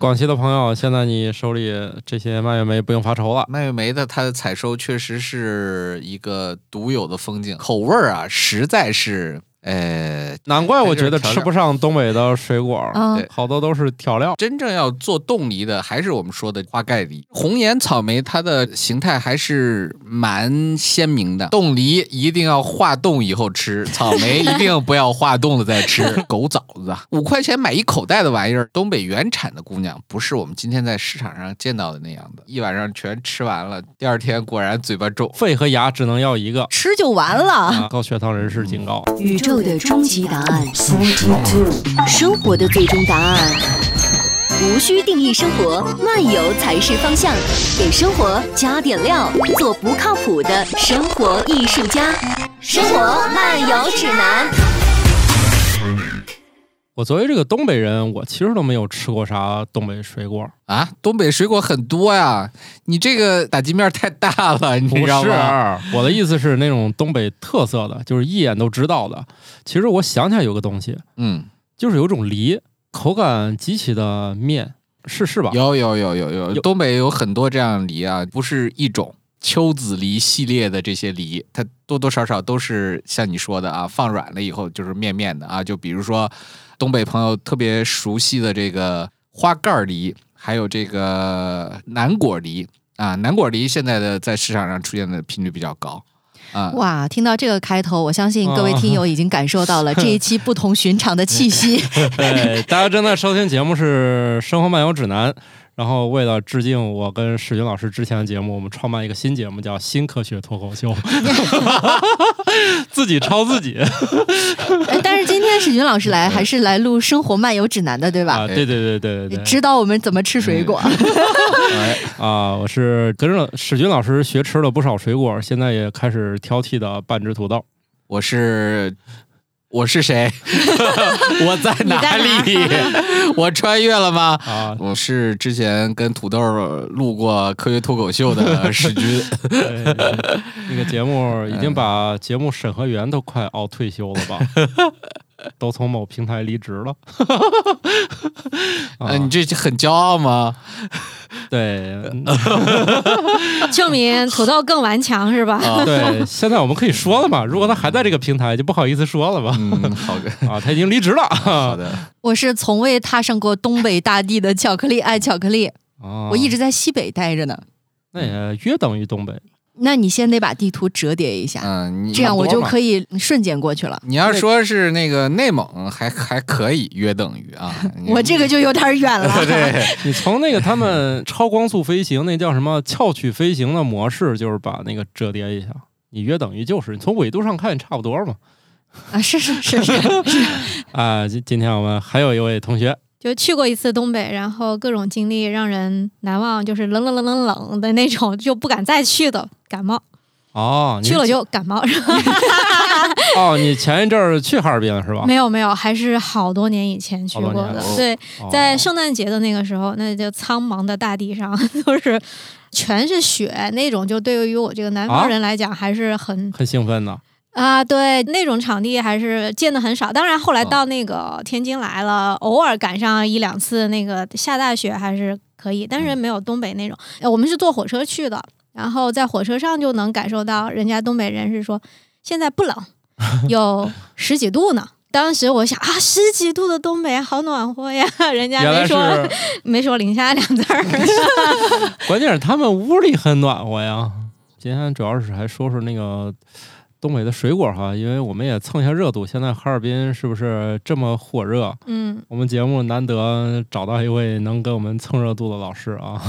广西的朋友，现在你手里这些蔓越莓不用发愁了。蔓越莓的它的采收确实是一个独有的风景，口味儿啊，实在是，呃，难怪我这就觉是得调吃料不上东北的水果，对嗯，好多都是调料。真正要做冻梨的，还是我们说的花盖梨。红颜草莓它的形态还是蛮鲜明的，冻梨一定要化冻以后吃，草莓一定不要化冻了 再吃。狗枣子啊，五块钱买一口袋的玩意儿，东北原产的姑娘，不是我们今天在市场上见到的那样的，一晚上全吃完了，第二天果然嘴巴肿。肺和牙只能要一个。吃就完了。啊，高血糖人士警告。宇宙的终极答案，生活的最终答案。无需定义生活，漫游才是方向。给生活加点料，做不靠谱的生活艺术家。生活漫游指南。我作为这个东北人，我其实都没有吃过啥东北水果，啊，东北水果很多呀，你这个打击面太大 了，你不知是啊道吗？。我的意思是那种东北特色的，就是一眼都知道的。其实我想起来有个东西，嗯，就是有种梨，口感极其的面，是是吧？有有有有有，有东北有很多这样的梨啊，不是一种。秋子梨系列的这些梨，它多多少少都是像你说的啊，放软了以后就是面面的啊。就比如说，东北朋友特别熟悉的这个花盖儿梨，还有这个南果梨啊，南果梨现在的在市场上出现的频率比较 高啊。哇，听到这个开头，我相信各位啊听友已经感受 到了这一期不同寻常的气息。对，呃大家正在收听节目是《生活漫游指南》，然后为了致敬我跟史军老师之前的节目，我们创办一个新节目叫《新科学脱口秀》， 自己抄自己哎但是今天史军老师来，还是来录《生活漫游指南》的，对吧？啊！对对对对对对指导我们怎么吃水果。哎啊！我是跟着史军老师学吃了不少水果，现在也开始挑剔的半只土豆。我是我是谁？ 我在哪里？我穿越了吗？ 啊我是之前跟土豆录过科学脱口秀的史军，对那个节目已经把节目审核员都快熬退休了吧？都从某平台离职了。啊呃，你这很骄傲吗？对，嗯证明土豆更顽强是吧？啊， 对，现在我们可以说了嘛？如果他还在这个平台，就不好意思说了 吧？嗯，好的，啊，他已经离职了。好的，我是从未踏上过东北大地的巧克力爱巧克力，啊，哦我一直在西北待着呢。那也呃约等于东北。那你先得把地图折叠一下， 嗯，你这样我就以。可以瞬间过去了。你要说是那个内蒙，还还可以，约等于啊。你我这个就有点远了。 对，你从那个他们超光速飞行，那叫什么翘曲飞行的模式，就是把那个折叠一下，你约等于就是你从纬度上看也差不多嘛。 啊，是是是是，啊，今今天我们还有一位同学，就去过一次东北，然后各种经历让人难忘，就是冷冷冷冷冷的那种，就不敢再去的感冒，哦，你去了 就感冒。哦，你前一阵儿去哈尔滨了是吧？没有没有，还是好多年以前去好多过年的了。对，哦在圣诞节的那个时候，那就苍茫的大地上 都是全是雪，那种就对于我这个南啊方人来讲还是很很兴奋呢。啊，对，那种场地还是见的很少。当然，后来嗯到那个天津来了，偶尔赶上一两次那个下大雪还是可以，但是没有东北那种。呃我们是坐火车去的，然后在火车上就能感受到人家东北人是说现在不冷，有十几度呢。当时我想啊，十几度的东北好暖和呀，人家原来没是，说没说零下两字儿。 关键是他们屋里很暖和呀。今天主要是还说说那个东北的水果哈，因为我们也蹭一下热度。现在哈尔滨是不是这么火热？嗯，我们节目难得找到一位能给我们蹭热度的老师啊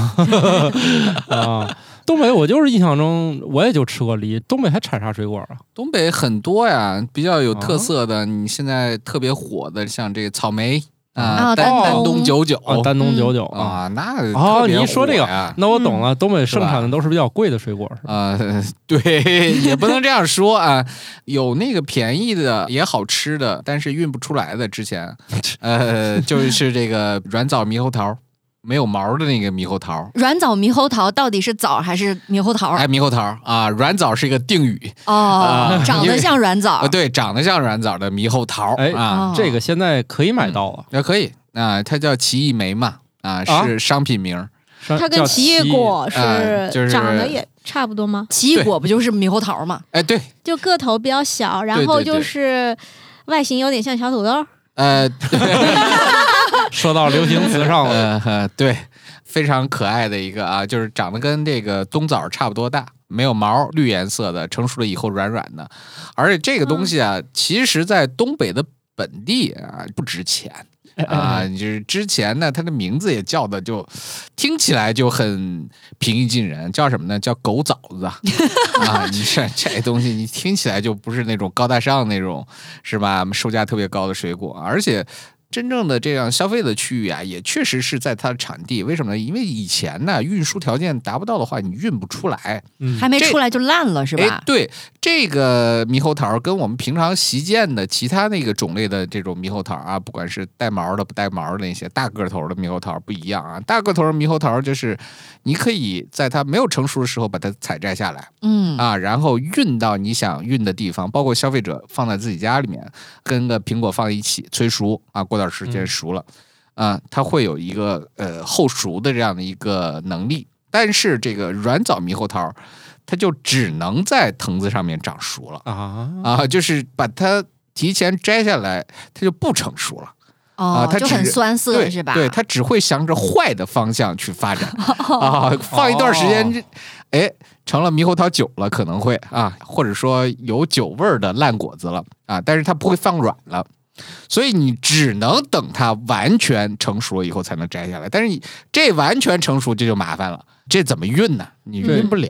啊！东北我就是印象中我也就吃过梨，东北还产啥水果啊？东北很多呀，比较有特色的。你现在特别火的，像这个草莓啊，啊丹丹丹东东九九啊，丹嗯东九九啊。哦啊，那哦特别你一说这个火呀那我懂了，东北是盛吧产的都是比较贵的水果，是吧啊、对，也不能这样说啊。有那个便宜的也好吃的，但是运不出来的。之前，呃，就是这个软枣猕猴桃，没有毛的那个猕猴桃。软枣猕猴桃到底是枣还是猕猴桃？哎，猕猴桃啊，软枣是一个定语哦啊，长因为得像软啊，枣。对，长得像软枣的猕猴桃哎啊，哦这个现在可以买到了。那、可以啊，它叫奇异梅嘛啊，啊是商品名儿。它嗯它跟奇异果嗯就是是长得也差不多吗？奇异果不就是猕猴桃吗？哎，对，就个头比较小，然后对对就是外形有点像小土豆。呃， 说到流行词上了，呃，呵对，非常可爱的一个啊，就是长得跟这个冬枣差不多大，没有毛，绿颜色的，成熟了以后软软的。而且这个东西啊，其实在东北的本地啊不值钱啊，就是之前呢，它的名字也叫的就听起来就很平易近人，叫什么呢？叫狗枣子啊啊！你这这东西你听起来就不是那种高大上那种，是吧？售价特别高的水果，而且。真正的这样消费的区域啊，也确实是在它的产地。为什么呢？因为以前呢，运输条件达不到的话，你运不出来。嗯还没这出来就烂了是哎吧，？对，这个猕猴桃跟我们平常习见的其他那个种类的这种猕猴桃啊，不管是带毛的、不带毛的那些大个头的猕猴桃不一样啊。大个头的猕猴桃就是你可以在它没有成熟的时候把它采摘下来，嗯，啊，然后运到你想运的地方，包括消费者放在自己家里面，跟个苹果放一起催熟啊，过段时间嗯熟了，啊，它会有一个呃后熟的这样的一个能力。但是这个软枣猕猴桃，它就只能在藤子上面长熟了啊，啊，就是把它提前摘下来，它就不成熟了。啊哦，它就只很是酸涩对是吧？对，它只会向着坏的方向去发展哦啊。放一段时间，这哎，成了猕猴桃酒了，可能会啊，或者说有酒味儿的烂果子了啊，但是它不会放软了。所以你只能等它完全成熟了以后才能摘下来，但是你这完全成熟这就麻烦了，这怎么运呢？你对运不了，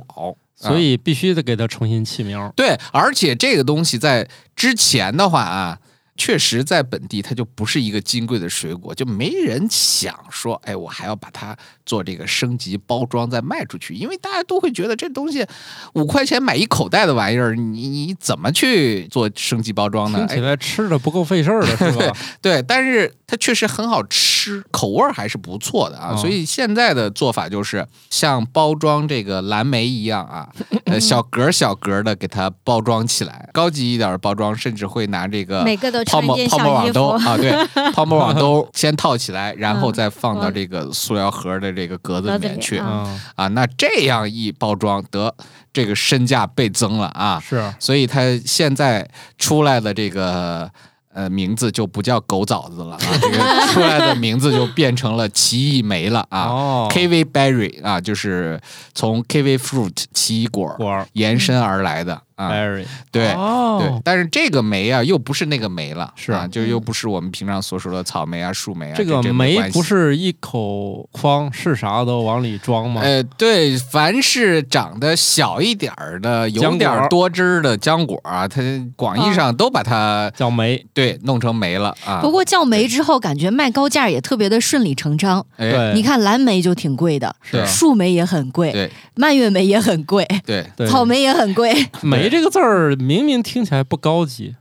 所啊以必须得给它重新起名儿。对，而且这个东西在之前的话啊，确实在本地它就不是一个金贵的水果，就没人想说，哎，我还要把它做这个升级包装再卖出去，因为大家都会觉得这东西五块钱买一口袋的玩意儿，你你怎么去做升级包装呢听？哎起来吃的不够费事儿了，是 吧？对，但是它确实很好吃，口味儿还是不错的啊。哦所以现在的做法就是像包装这个蓝莓一样啊，呃，小格儿小格儿的给它包装起来，高级一点儿的包装，甚至会拿这个每个都泡穿一沫件啊泡沫小衣网兜服，啊， 对，泡沫网兜先套起来，然后再放到嗯这个塑料盒儿的这个格子格里子面里去啊啊，啊。那这样一包装，得这个身价倍增了嗯啊。是所以它现在出来的这个呃名字就不叫狗枣子了啊，这个出来的名字就变成了奇异梅了啊、哦， k v berry 啊，就是从 KV fruit 奇异果果儿延伸而来的啊， berry，对。对哦，，但是这个梅啊，又不是那个梅了，是啊，就又不是我们平常所说的草莓啊、树莓啊。这个没煤关系不是一口筐是啥都往里装吗？呃，对，凡是长得小一点儿的、有浆点果嗯儿多汁儿的浆果啊，它广义啊上都把它叫煤，对，弄成没了啊。不过叫梅之后，感觉卖高价也特别的顺理成章。哎，对，你看蓝莓就挺贵的，是啊树莓也很贵，对蔓越莓也很贵，对，对草莓也很 贵，煤这个字儿明明听起来不高级，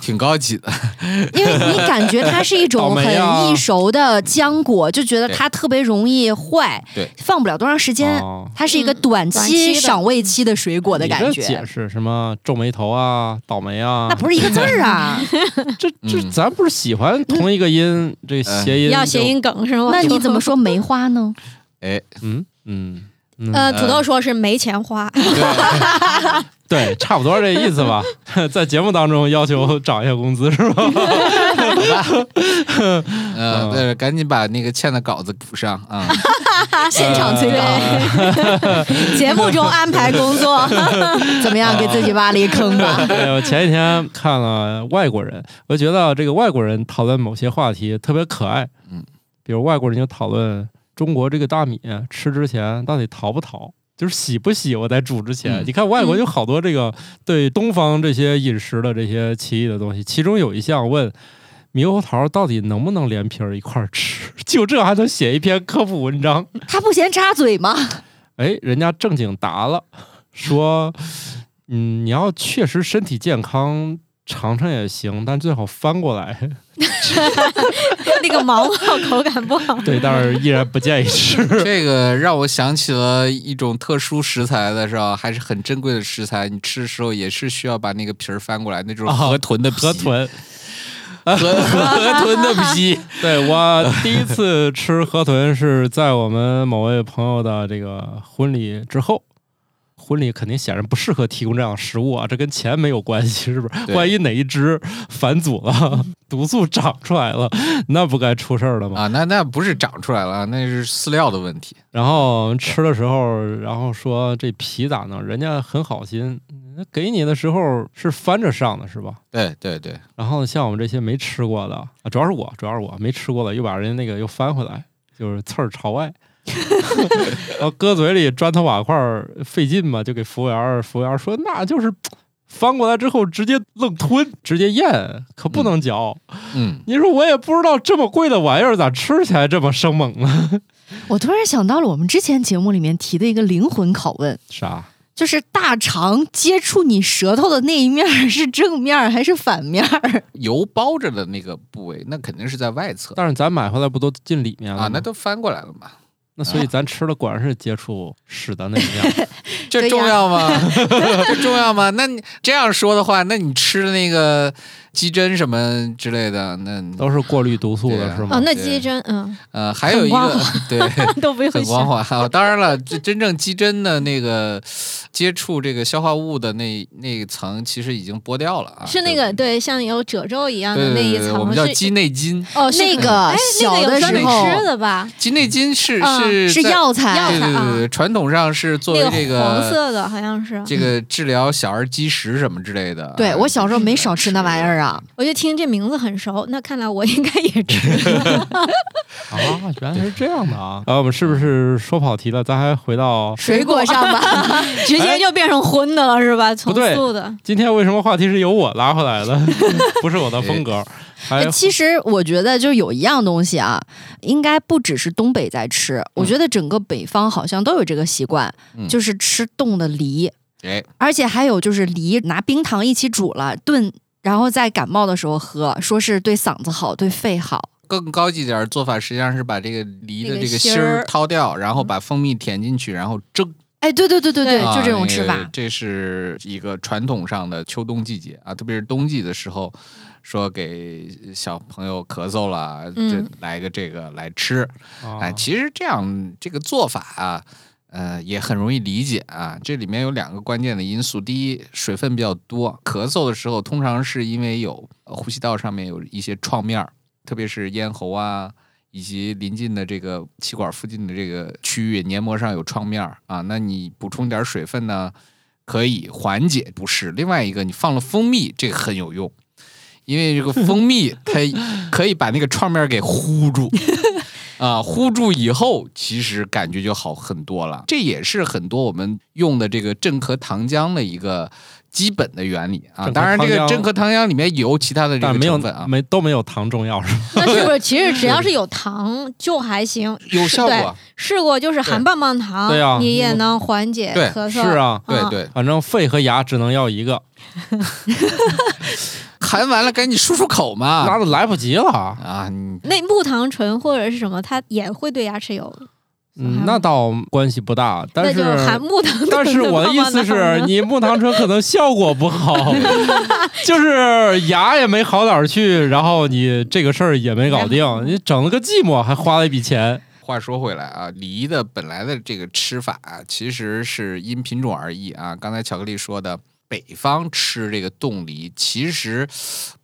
挺高级的。因为你感觉它是一草种莓啊很易熟的浆果，就觉得它特别容易坏，对放不了多长时间。哦它是一个嗯短短期期的赏味期的水果的你感这解啊觉，释什么皱眉头啊、倒霉啊那，不是一个字儿啊。这这嗯咱不是喜欢同一个音，这谐音要就谐，音梗是吗？那你怎么？说梅花呢？哎，嗯嗯嗯，呃，土豆说是没钱花， 对， 对，差不多这意思吧。 在节目当中要求涨一下工资是吧？呃，对，赶紧把那个欠的稿子补上 啊。现场催稿， 呃 节目中安排工作，怎么样？给自己挖了一坑啊 吧。对，我前几天看了外国人，我觉得这个外国人讨论某些话题特别可爱。嗯，比如外国人就讨论中国这个大米吃之前到底淘不淘，就是洗不洗。我在煮之前，嗯你看外国有好多这个对东方这些饮食的这些奇异的东西，其中有一项问。猕猴桃到底能不能连皮儿一块儿吃？ 就这还能写一篇科普文章？他不嫌插嘴吗？哎，人家正经答 了，说，嗯，你要确实身体健康，尝尝也行，但最好翻过 来。那个毛毛口感不 好。对，但是依然不建议吃。这个让我想起了一种特殊食材的是吧？还是很珍贵的食材，你吃的时候也是需要把那个皮儿翻过来，那种啊哦河豚的皮。河。豚，河 河豚的皮， 对我第一次吃河豚是在我们某位朋友的这个婚礼之后，婚礼肯定显然不适合提供这样的食物啊，这跟钱没有关系，是不是？对万一哪一只反祖 了，毒素长出来了，那不该出事儿了吗？啊，那那不是长出来了，那是饲料的问题。然后吃的时候，然后说这皮咋弄？人家很好心，给你的时候是翻着上的，是吧？对对对，然后像我们这些没吃过的，啊、主要是我，主要是我没吃过的，又把人家那个又翻回来，就是刺儿朝外， 然后搁嘴里砖头瓦块儿费劲嘛，就给服务员儿，服务员儿说那就是翻过来之后直接愣吞，直接咽，可不能嚼。嗯，你说我也不知道这么贵的玩意儿咋吃起来这么生猛呢？我突然想到了我们之前节目里面提的一个灵魂拷问，啥？就是大肠接触你舌头的那一面儿是正面儿还是反面儿？油包着的那个部位，那肯定是在外侧但是咱买回来不都进里面了啊，那吗都翻过来了嘛， 那啊所以咱吃的果然是接触屎的那一 面。这对呀啊重要吗？ 这重要吗？那你这样说的话，那你吃的那个鸡胗什么之类的，那都是过滤毒素对的啊是哦吗，？那对鸡胗，嗯，呃，还有一很个光 对。 都不用很想。光滑啊！当然了，这真正鸡胗的那个接触这个消化物的那那一层，其实已经剥掉了啊。是那对个对，像有褶皱一样对的对那一对对层，我们叫是鸡内金。哦，是那哎个，那小个有的专时门候吃的吧？鸡内金是嗯是是在药材，药啊对对对对，传统上是作为那这黄个色的，好像是。这个治疗小儿积食什么之类的啊。对我小时候没少吃那玩意儿啊，我就听这名字很熟，那看来我应该也吃。啊，原来是这样的啊！啊，我们是不是说跑题了？咱还回到 水果上吧， 直接就变成荤的了是吧？从哎不对 素的，今天为什么话题是由我拉回来的， 不是我的风格。还哎 其实我觉得就有一样东西啊，应该不只是东北在吃，我觉得整个北方好像都有这个习惯，嗯就是吃冻的梨，哎，而且还有就是梨拿冰糖一起煮了炖，然后在感冒的时候喝，说是对嗓子好，对肺好。更高级点儿做法，实际上是把这个梨的那个这个芯芯儿儿掏掉，然后把蜂蜜填进去，然后蒸。哎，对对对对嗯对，啊就这种吃那个法。这是一个传统上的秋冬季节啊，特别是冬季的时候，说给小朋友咳嗽了，这嗯来个这个来吃。啊哎，其实这样这个做法啊，呃，也很容易理解啊。这里面有两个关键的因素：第一，水分比较多，咳嗽的时候通常是因为有呃呼吸道上面有一些创面儿，特别是咽喉啊。以及临近的这个气管附近的这个区域黏膜上有创面儿啊，那你补充点儿水分呢，可以缓解不适。另外一个，你放了蜂蜜，这个很有用，因为这个蜂蜜它可以把那个创面给糊住啊，糊住以后其实感觉就好很多了。这也是很多我们用的这个镇咳糖浆的一个基本的原理啊。镇咳当然，这糖个浆镇咳糖浆里面有其他的这但个没有成分啊，没都没有糖重要是吧？那是不是其实只要是有糖就还行？有效对果。试过就是含棒棒糖，对啊你也能缓解对咳嗽。是啊，对嗯对，反正肺和牙只能要一个，含完了赶紧漱漱口嘛 拉。的来不及了。啊，你那木糖醇或者是什么，它也会对牙齿有，嗯，那倒关系不大，但那就是含木糖 醇但是我的意思棒棒是，糖你木糖醇可能效果不 好，就是牙也没好哪儿去，然后你这个事儿也没搞定，你整了个寂寞，还花了一笔钱。话说回来啊，梨的本来的这个吃法、啊、其实是因品种而异啊。刚才巧克力说的，北方吃这个冻梨，其实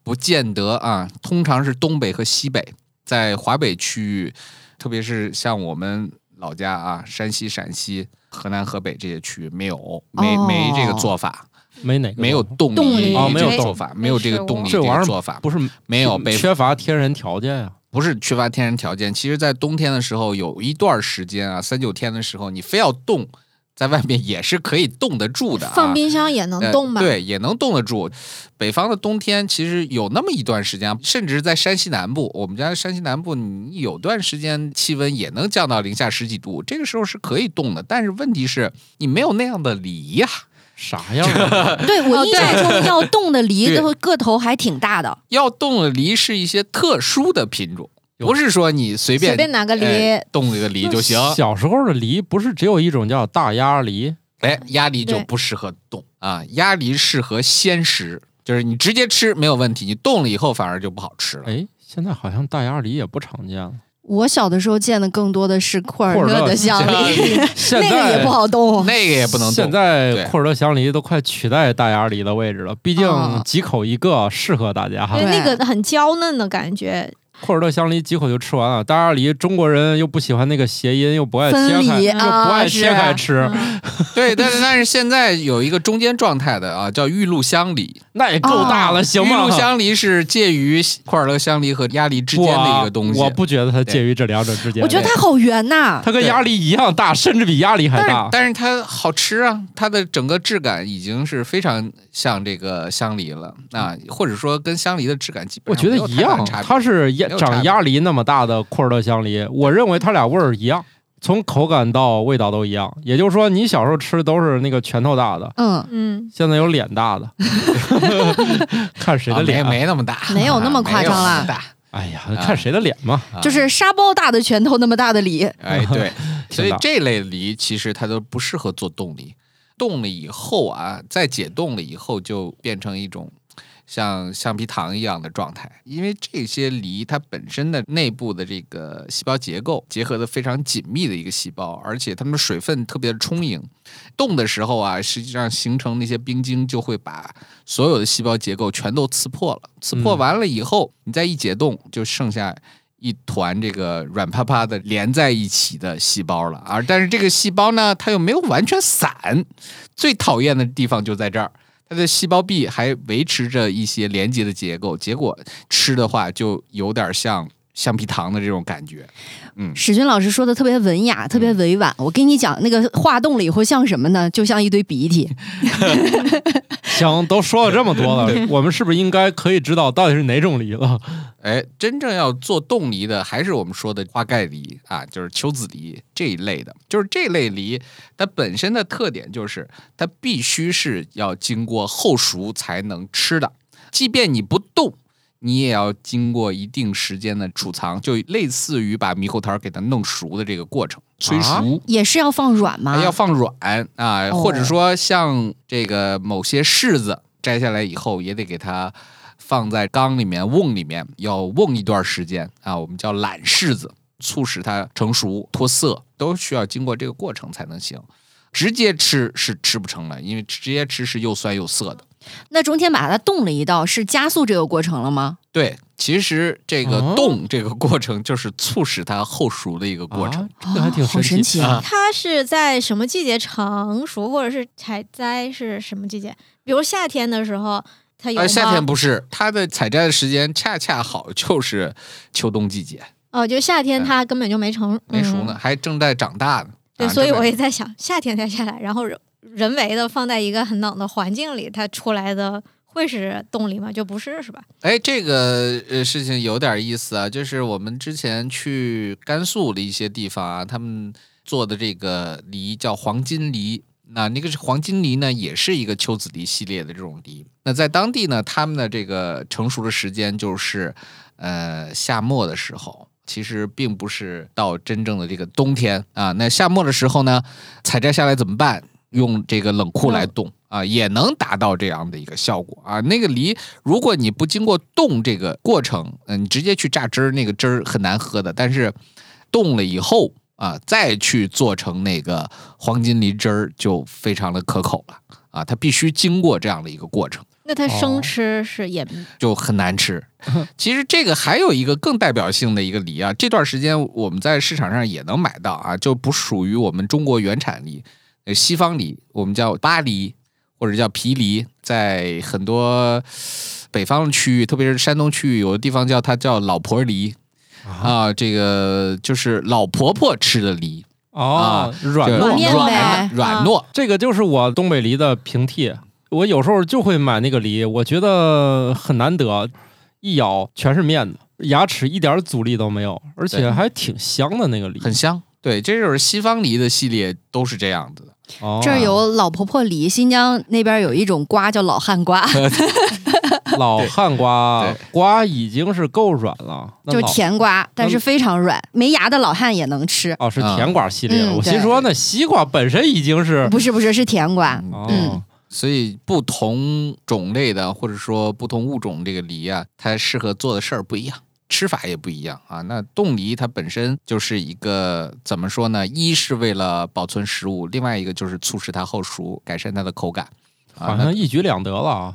不见得啊，通常是东北和西北，在华北区域，特别是像我们老家啊，山西、陕西、河南、河北这些区域没有，没没这个做法，没哪个没有冻冻梨梨哦没有这个冻做法，没有这个冻梨这这玩意个儿做法，不是没有北缺乏天然条件啊呀、不是缺乏天然条件，其实，在冬天的时候，有一段时间啊，三九天的时候，你非要冻，在外面也是可以冻得住的、啊。放冰箱也哎能冻吧？呃对，也能冻得住。北方的冬天其实有那么一段时间，甚至在山西南部，我们家山西南部，你有段时间气温也能降到零下十几度，这个时候是可以冻的。但是问题是，你没有那样的梨呀、啥样 啊？哦对我印象中要冻的梨对都个头还挺大的，要冻的梨是一些特殊的品种，不是说你随便随便拿个梨哎冻一个梨就行。小时候的梨不是只有一种叫大鸭梨，哎，鸭梨就对不适合冻啊，鸭梨适合鲜食，就是你直接吃没有问题，你冻了以后反而就不好吃了。哎，现在好像大鸭梨也不常见了，我小的时候见的更多的是库尔库尔勒勒的香 梨，现 那个在也不好动。那个也不能现冻。对在库尔勒香梨都快取代大鸭梨的位置了，毕竟啊几口一个适合大家。因为对那个很娇嫩的感觉，库尔勒香梨几口就吃完了，大鸭梨中国人又不喜欢那个谐音，又不爱切分开，离又不啊爱是切开吃，嗯对，但是但是现在有一个中间状态的啊，叫玉露香梨。啊那也够啊大了，行玉吗露？香梨是介于库尔勒香梨和鸭梨之间的一个东西。我我不觉得它介于这两者之间。我觉得它好圆呐、它跟鸭梨一样大，甚至比鸭梨还但大是。但是它好吃啊，它的整个质感已经是非常像这个香梨了啊，或者说跟香梨的质感基我本上觉得没有一太大样，差别它是鸭没有差别长鸭梨那么大的库尔勒香梨，我认为它俩味儿一样，从口感到味道都一样。也就是说，你小时候吃都是那个拳头大的，嗯，嗯，现在有脸大 的，看谁啊的脸？没没那么大，没有那么啊夸张啦没有那么大哎呀啊，看谁的脸嘛。啊就是沙包大的拳头那么大的梨，哎，对，所以的这类梨其实它都不适合做冻梨，冻了以后啊，再解冻了以后就变成一种像橡皮糖一样的状态，因为这些梨它本身的内部的这个细胞结构结合的非常紧密的一个细胞，而且它们的水分特别的充盈，冻的时候啊，实际上形成那些冰晶就会把所有的细胞结构全都刺破了，刺破嗯完了以后，你再一解冻，就剩下一团这个软趴趴的连在一起的细胞了啊。但是这个细胞呢，它又没有完全散，最讨厌的地方就在这儿。它的细胞壁还维持着一些连接的结构，结果吃的话就有点像橡皮糖的这种感觉。史军老师说的特别文嗯雅，特别委婉。我跟你讲，那个化冻了以后像什么呢？就像一堆鼻涕。行，都说了这么 多了，我们是不是应该可以知道到底是哪种梨了？哎，真正要做冻梨的，还是我们说的花盖梨啊，就是秋子梨这一类的。就是这类梨，它本身的特点就是它必须是要经过后熟才能吃的，即便你不冻，你也要经过一定时间的储藏，就类似于把猕猴桃给它弄熟的这个过程，催啊熟。也是要放软吗？还哎要放软啊，或者说像这个某些柿子摘下来以后，也得给它放在缸里面瓮里面，要瓮一段时间啊，我们叫揽柿子，促使它成熟脱色，都需要经过这个过程才能行。直接吃是吃不成了，因为直接吃是又酸又涩的。那中间把它冻了一道，是加速这个过程了吗？对，其实这个哦冻这个过程就是促使它后熟的一个过程。啊，这个还挺哦好神神奇奇啊！它是在什么季节成熟，或者是采摘是什么季节？比如夏天的时候，它有而吗？哎夏天不是它的采摘的时间，恰恰好就是秋冬季节。哦，就夏天嗯它根本就没成，没熟嗯呢，还正在长大呢。对，啊所以正在我也在想，夏天才下来，然后人人为的放在一个很冷的环境里，它出来的会是冻梨吗？就不是，是吧？哎，这个呃事情有点意思啊，就是我们之前去甘肃的一些地方啊，他们做的这个梨叫黄金梨。那那个是黄金梨呢，也是一个秋子梨系列的这种梨。那在当地呢，他们的这个成熟的时间就是，呃，夏末的时候，其实并不是到真正的这个冬天啊。那夏末的时候呢，采摘下来怎么办？用这个冷库来冻啊，也能达到这样的一个效果啊。那个梨，如果你不经过冻这个过程，嗯，你直接去榨汁儿，那个汁儿很难喝的。但是冻了以后啊，再去做成那个黄金梨汁儿，就非常的可口了啊。它必须经过这样的一个过程。那它生哦吃是也、哦就很难吃。其实这个还有一个更代表性的一个梨啊，这段时间我们在市场上也能买到啊，就不属于我们中国原产梨，呃，西方梨我们叫巴梨或者叫皮梨，在很多北方的区域，特别是山东区域，有的地方叫它叫老婆梨啊！啊，这个就是老婆婆吃的梨，哦，软啊就是糯面呗嗯软软糯，这个就是我东北梨的平替。我有时候就会买那个梨，我觉得很难得，一咬全是面的，牙齿一点阻力都没有，而且对还挺香的那个梨。很香。对，这就是西方梨的系列都是这样子的。哦这儿有老婆婆梨，新疆那边有一种瓜叫老汉瓜，老汉瓜对，瓜已经是够软了，那就是老甜瓜，但是非常软，没牙的老汉也能吃。哦，啊是甜瓜系列的。嗯我对心说那西瓜本身已经是嗯不是不是，是甜瓜。嗯哦，对所以不同种类的或者说不同物种这个梨啊，它适合做的事儿不一样。吃法也不一样啊。那冻梨它本身就是一个怎么说呢？一是为了保存食物，另外一个就是促使它后熟，改善它的口感。啊好，那像一举两得了啊。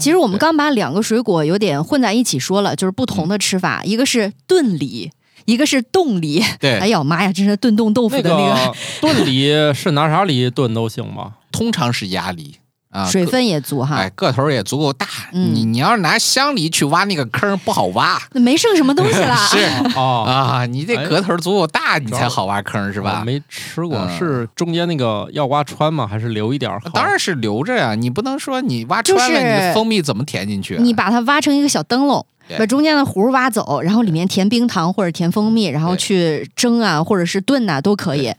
其实我们对刚把两个水果有点混在一起说了，就是不同的吃法，一个是炖梨，一个是冻梨。对，哎呀妈呀，真是炖冻豆腐那的那个个 炖梨是拿啥梨炖都行吗？通常是鸭梨啊，水个分也足哈哎，，个头儿也足够大。嗯你你要是拿香梨去挖那个坑儿，不好挖。那没剩什么东西了。啊，啊，你得哎个头儿足够大，你主要才好挖坑儿是吧？我没吃过，嗯是中间那个要挖穿吗？还是留一点儿好？当然是留着呀、你不能说你挖穿了，就是你的蜂蜜怎么填进去？啊你把它挖成一个小灯笼，对把中间的核挖走，然后里面填冰糖或者填蜂蜜，然后对去蒸啊，或者是炖呐、都可以对。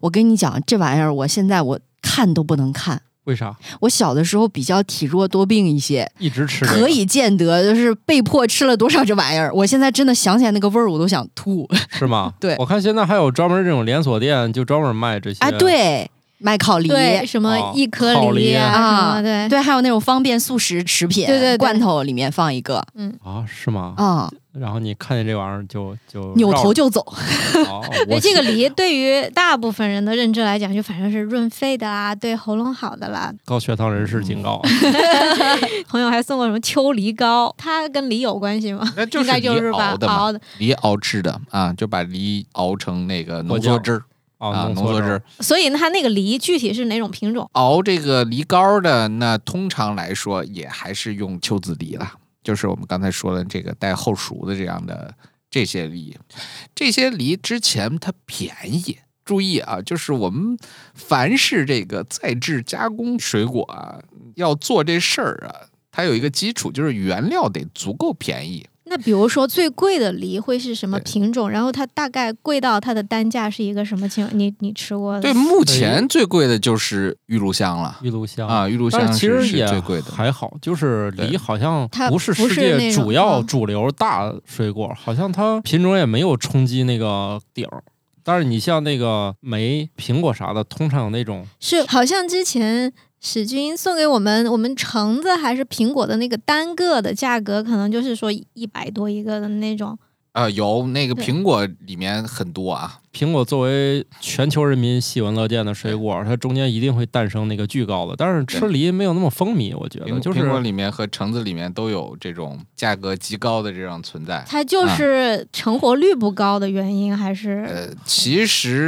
我跟你讲，这玩意儿我现在我看都不能看。为啥？我小的时候比较体弱多病一些，一直吃这个可以见得就是被迫吃了多少这玩意儿。我现在真的想起来那个味儿，我都想 吐。哎是吗？ 对我看现在还有专门这种连锁店，就专门卖这些啊，，对，麦烤梨，对，什么哦一颗烤梨梨啊，什啊么对，对还有那种方便速食食品，对对对罐头里面放一个啊，是吗？啊，哦然后你看见这玩意儿就就嗯扭头就就哎走。 哦，所我以这个梨对于大部分人的认知来讲，就反正是润肺的啦，对喉咙好的啦。高血糖人士警告啊，嗯朋友还送过什么秋梨膏，它跟梨有关系吗？那就应是该就是梨吧熬，的嘛，熬的。梨熬制的啊，就把梨熬成那个浓缩汁儿 啊，啊浓缩汁汁儿。所以它那个梨具体是哪种品种？熬这个梨膏的，那通常来说也还是用秋子梨了，就是我们刚才说的这个带后熟的这样的这些梨，这些梨之前它便宜。注意啊，就是我们凡是这个再制加工水果啊，要做这事儿啊，它有一个基础，就是原料得足够便宜。那比如说最贵的梨会是什么对品种？然后它大概贵到它的单价是一个什么情况？你你吃过的？对，目前最贵的就是玉露香了玉露香。啊，玉露但香是其实是也最贵的。还好，就是梨对好像它不是不世是那界种主要嗯主流大水果，好像它品种也没有冲击那个顶儿。但是你像那个梅、苹果啥的，通常有那种是好像之前史军送给我们，我们橙子还是苹果的那个单个的价格，可能就是说一百多一个的那种。啊，有那个苹果里面很多啊，苹果作为全球人民喜闻乐见的水果，它中间一定会诞生那个巨高的。但是吃对梨没有那么风靡，我觉苹得就苹果是里面和橙子里面都有这种价格极高的这种存在。它就是成活率不高的原因，还是啊呃，其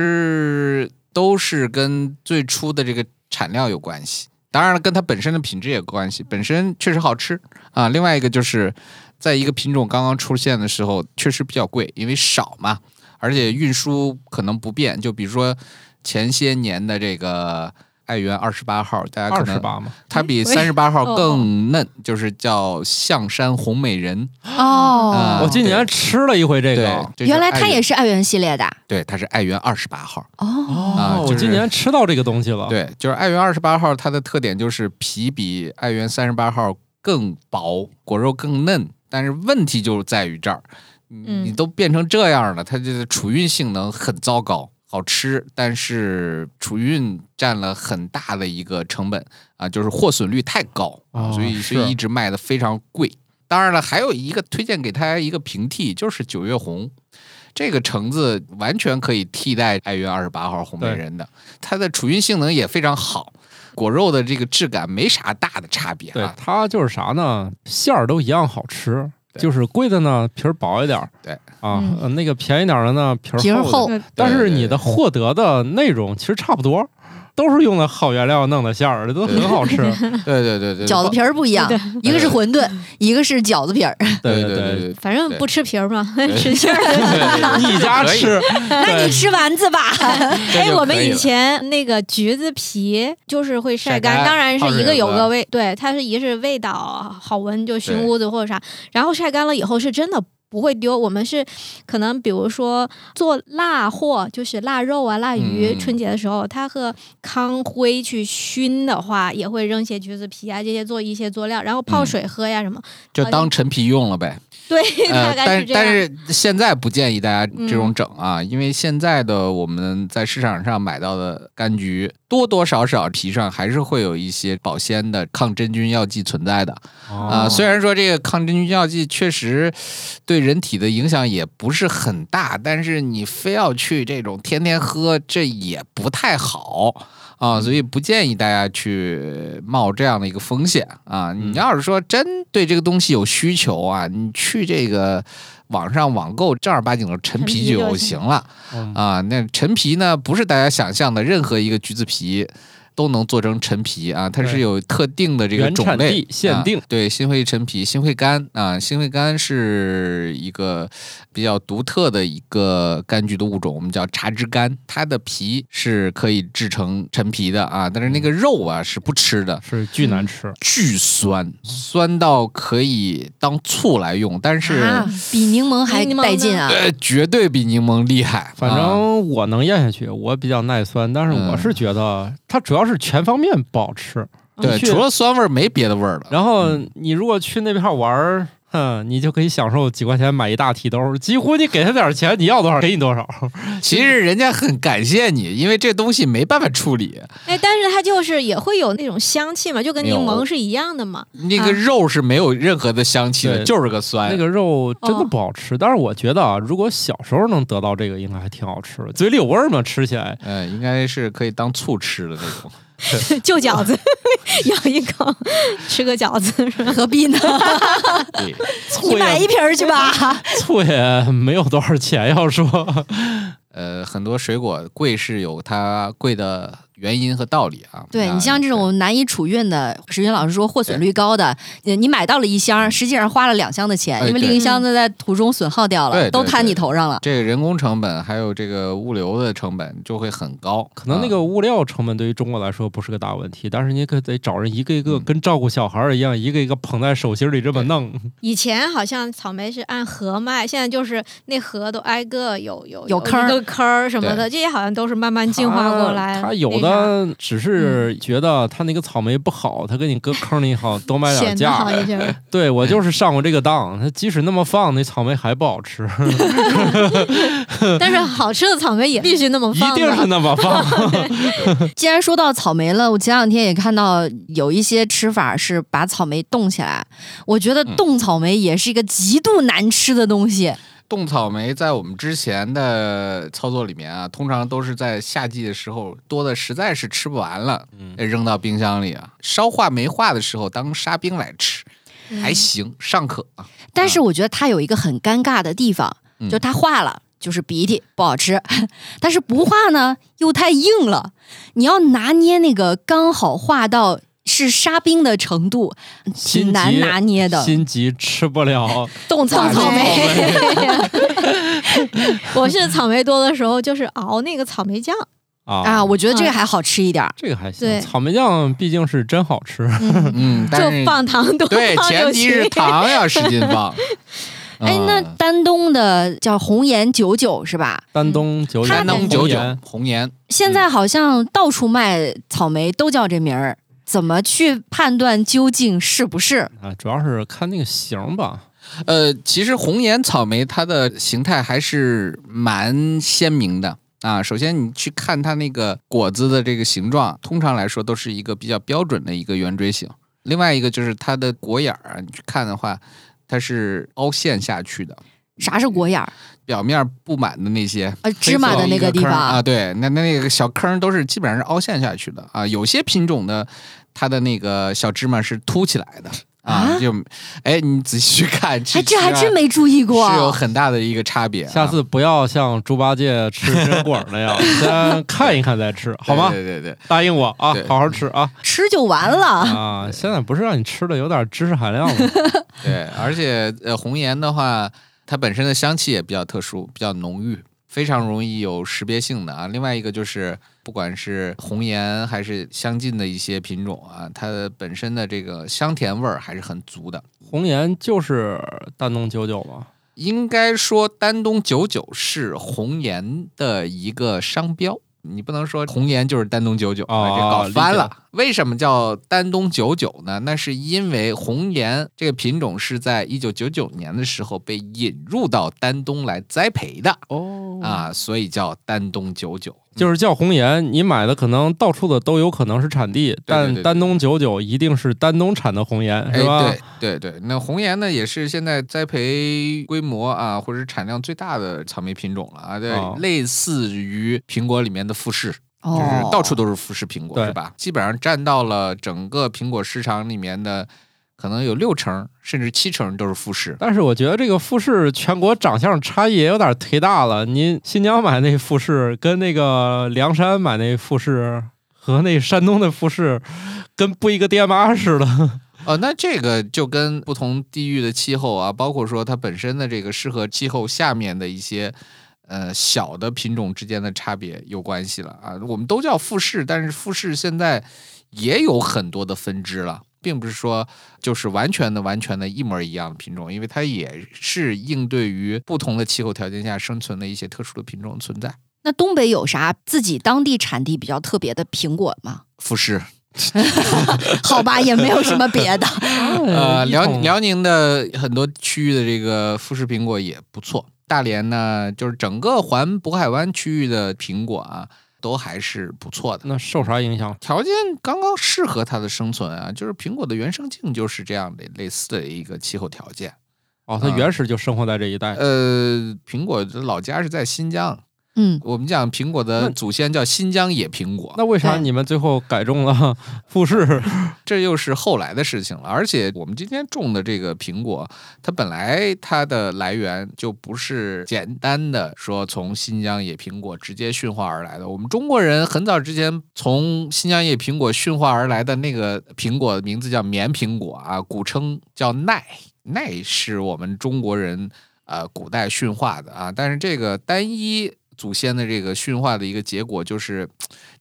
实都是跟最初的这个产量有关系，当然了，跟它本身的品质也有关系，本身确实好吃啊。另外一个就是，在一个品种刚刚出现的时候，确实比较贵，因为少嘛，而且运输可能不便。就比如说前些年的这个爱媛二十八号，大家可二十能八嘛，哎它比喂三十八号哦更嫩，就是叫象山红美人。哦啊我今年吃了一回这对啊个，，这是原来爱它也媛是爱媛系列的对，它是爱媛二十八号。哦。啊哦，就我是今年吃到这个东西了。，对，就是爱媛二十八号，它的特点就是皮比爱媛三十八号更薄，果肉更嫩。但是问题就在于这儿，你嗯你都变成这样了，它这个储运性能很糟糕。好吃，但是储运占了很大的一个成本啊，就是获损率太高啊，哦所以所以是一直卖的非常贵。当然了，还有一个推荐给大家一个平替，就是九月红，这个橙子完全可以替代爱媛二十八号红美对人的，它的储运性能也非常好，果肉的这个质感没啥大的差别对啊。它就是啥呢？馅儿都一样好吃，对就是贵的呢皮儿薄一点儿，对啊嗯，呃那个便宜点儿的呢皮儿皮儿厚一点厚儿，但对是对你的获得的内容其实差不多，都是用的好原料弄的馅儿，都对很好 吃。对对对对，饺子皮儿不一样，一个是馄饨，一个是饺子皮儿。对对对对对反正对不吃皮儿嘛， 吃馅儿 的。对，你家可以吃，那对你吃丸子吧。这哎，就我可们以了前那个橘子皮就是会晒干，晒干当然是一个有泡水个喝味，对，它是一是味道好闻，就熏对屋子或者啥，然后晒干了以后是真的。不会丢，我们是可能比如说做腊货，就是腊肉啊、腊鱼，嗯春节的时候，它和糠灰去熏的话，也会扔些橘子皮啊这些做一些佐料，然后泡嗯水喝呀什么，就当陈皮用了呗。对，呃，大概但是这样。但是现在不建议大家这种整啊，因为现在的我们在市场上买到的柑橘，多多少少皮上还是会有一些保鲜的抗真菌药剂存在的啊、哦虽然说这个抗真菌药剂确实对人体的影响也不是很大，但是你非要去这种天天喝，这也不太好啊、所以不建议大家去冒这样的一个风险啊。你嗯要是说真对这个东西有需求啊，你去这个网上网购正儿八经的陈陈皮皮就就行行了。嗯啊，那陈皮呢，不是大家想象的任何一个橘子皮都能做成陈皮啊，它是对有特定的这个原种产类地限定啊对，新会陈皮、新会柑啊，新会柑是一个比较独特的一个柑橘的物种，我们叫茶枝柑，它的皮是可以制成陈皮的啊，但是那个嗯肉啊是不吃的。是巨难吃，嗯巨酸，酸到可以当醋来用，但是、啊，比柠檬还比柠檬带劲啊！呃绝对比柠檬厉害。反啊正我能咽下去，我比较耐酸，但是嗯我是觉得它主要是全方面不好吃。对，你去除了酸味儿没别的味儿了。然后你如果去那边玩儿，哼，你就可以享受几块钱买一大提兜，几乎你给他点钱，你要多少给你多少。其实人家很感谢你，因为这东西没办法处理，哎，但是它就是也会有那种香气嘛，就跟柠有檬是一样的嘛。那个肉是没有任何的香气的，啊对就是个 酸。那个肉真的不好吃，但是我觉得啊，如果小时候能得到这个，应该还挺好吃的，嘴里有味儿嘛，吃起 来。嗯，应该是可以当醋吃的 那种。就饺子， 咬一口，吃个饺子是吧？何必呢？对，醋你买一也瓶儿去吧。 醋也没有多少钱，要说呃，很多水果贵是有它贵的原因和道理啊。对啊你像这种难以储运的，石云老师说获损率高的，你你买到了一箱，实际上花了两箱的钱，哎因为对另一箱子在途中损耗掉对对了，都摊对你头上了。这个人工成本还有这个物流的成本就会很高，可能那啊个物料成本对于中国来说不是个大问题，但是你可得找人一个一个跟照顾小孩儿一样，一个一个捧在手心里这么弄。以前好像草莓是按盒卖，现在就是那盒都挨个有有有坑儿一个坑儿什么的，这些好像都是慢慢 进化过来。他有那啥嗯的只是觉得他那个草莓不好，他给你搁坑里 好，多买点显得好价。一些儿， 对我就是上过这个当，他即使那么放，那草莓还不好吃，但是好吃的草莓也必须那么一放的。定是那么 放。既然说到草莓了，我前两天也看到有一些吃法是把草莓冻起来，我觉得嗯冻草莓也是一个极度难吃的东西。冻草莓在我们之前的操作里面啊，通常都是在夏季的时候多的实在是吃不完了，哎嗯扔到冰箱里啊，烧化没化的时候当沙冰来吃，嗯还行，尚可啊。但是我觉得它有一个很尴尬的地方，嗯就它化了。就是鼻涕不好吃， 但是不化呢又太硬了，你要拿捏那个刚好化到是沙冰的程度，挺心难急拿捏的。心急吃不了，冻草草莓。我是草莓多的时候，就是熬那个草莓酱，啊啊，我觉得这个还好吃一点儿。这个还行，对草莓酱毕竟是真好吃。 嗯，但是就放糖多 对，放前就提行。是糖要十斤放。 哎，那嗯丹东的叫红岩九九是吧？丹东九九，它山东九红九岩红岩，现在好像到处卖草莓都叫这名儿，怎么去判断究竟是不是？啊，主要是看那个型儿吧。呃，其实红岩草莓它的形态还是蛮鲜明的啊。首先，你去看它那个果子的这个形状，通常来说都是一个比较标准的一个圆锥形。另外一个就是它的果眼儿啊，你去看的话，它是凹陷下去的，啥是果眼儿？表面布满的那些呃，芝麻的那个地黑色的一方坑啊，对，那那那个小坑都是基本上是凹陷下去的啊。有些品种的，它的那个小芝麻是凸起来的啊，啊就哎，你仔细去看，哎，这还真没注意是有过。啊很大的一个差别啊。下次不要像猪八戒吃榛果那 样，先看一看再吃，好吗？对对对，对答应我啊对，好好吃啊吃就完了。啊！现在不是让你吃的有点知识含量 吗？对而且呃，红岩的话，它本身的香气也比较特殊，比较浓郁，非常容易有识别性的啊。另外一个就是，不管是红岩还是相近的一些品种啊，它本身的这个香甜味儿还是很足的。红岩就是丹东九九嘛，应该说，丹东九九是红岩的一个商标，你不能说红岩就是丹东九九啊，哦这搞翻理了。为什么叫丹东九九呢？那是因为红岩这个品种是在一九九九年的时候被引入到丹东来栽培的啊哦，啊，所以叫丹东九九。就是叫红岩，你买的可能到处的都有可能是产地，但对对丹东九九一定是丹东产的红岩，哎，是吧？对对对，那红岩呢也是现在栽培规模啊，或者是产量最大的草莓品种了啊，对，哦类似于苹果里面的富士，就哦是到处都是富士苹果，对是吧？基本上占到了整个苹果市场里面的可能有六成甚至七成都是富士。但是我觉得这个富士全国长相差异也有点忒大了。您新疆买那富士，跟那个凉山买那富士，和那山东的富士，跟不一个爹妈似的。呃，那这个就跟不同地域的气候啊，包括说它本身的这个适合气候下面的一些呃小的品种之间的差别有关系了啊。我们都叫富士，但是富士现在也有很多的分支了。并不是说就是完全的、完全的一模一样的品种，因为它也是应对于不同的气候条件下生存的一些特殊的品种存在。那东北有啥自己当地产地比较特别的苹果吗？富士，好吧，也没有什么别的。 呃，一辽统辽宁的很多区域的这个富士苹果也不错。大连呢，就是整个环渤海湾区域的苹果啊，都还是不错的。那受啥影响？条件刚刚适合它的生存啊，就是苹果的原生境就是这样的类似的一个气候条件。哦，它啊原始就生活在这一带。呃，苹果的老家是在新疆，嗯，我们讲苹果那的祖先叫新疆野苹果。那为啥对嗯你们最后改种 了富士？这又是后来的事情了。而且我们今天种的这个苹果，它本来它的来源就不是简单的说从新疆野苹果直接驯化而来的。我们中国人很早之前从新疆野苹果驯化而来的那个苹果，名字叫棉苹果啊，古称叫奈。奈是我们中国人呃古代驯化的啊，但是这个单一祖先的这个驯化的一个结果就是，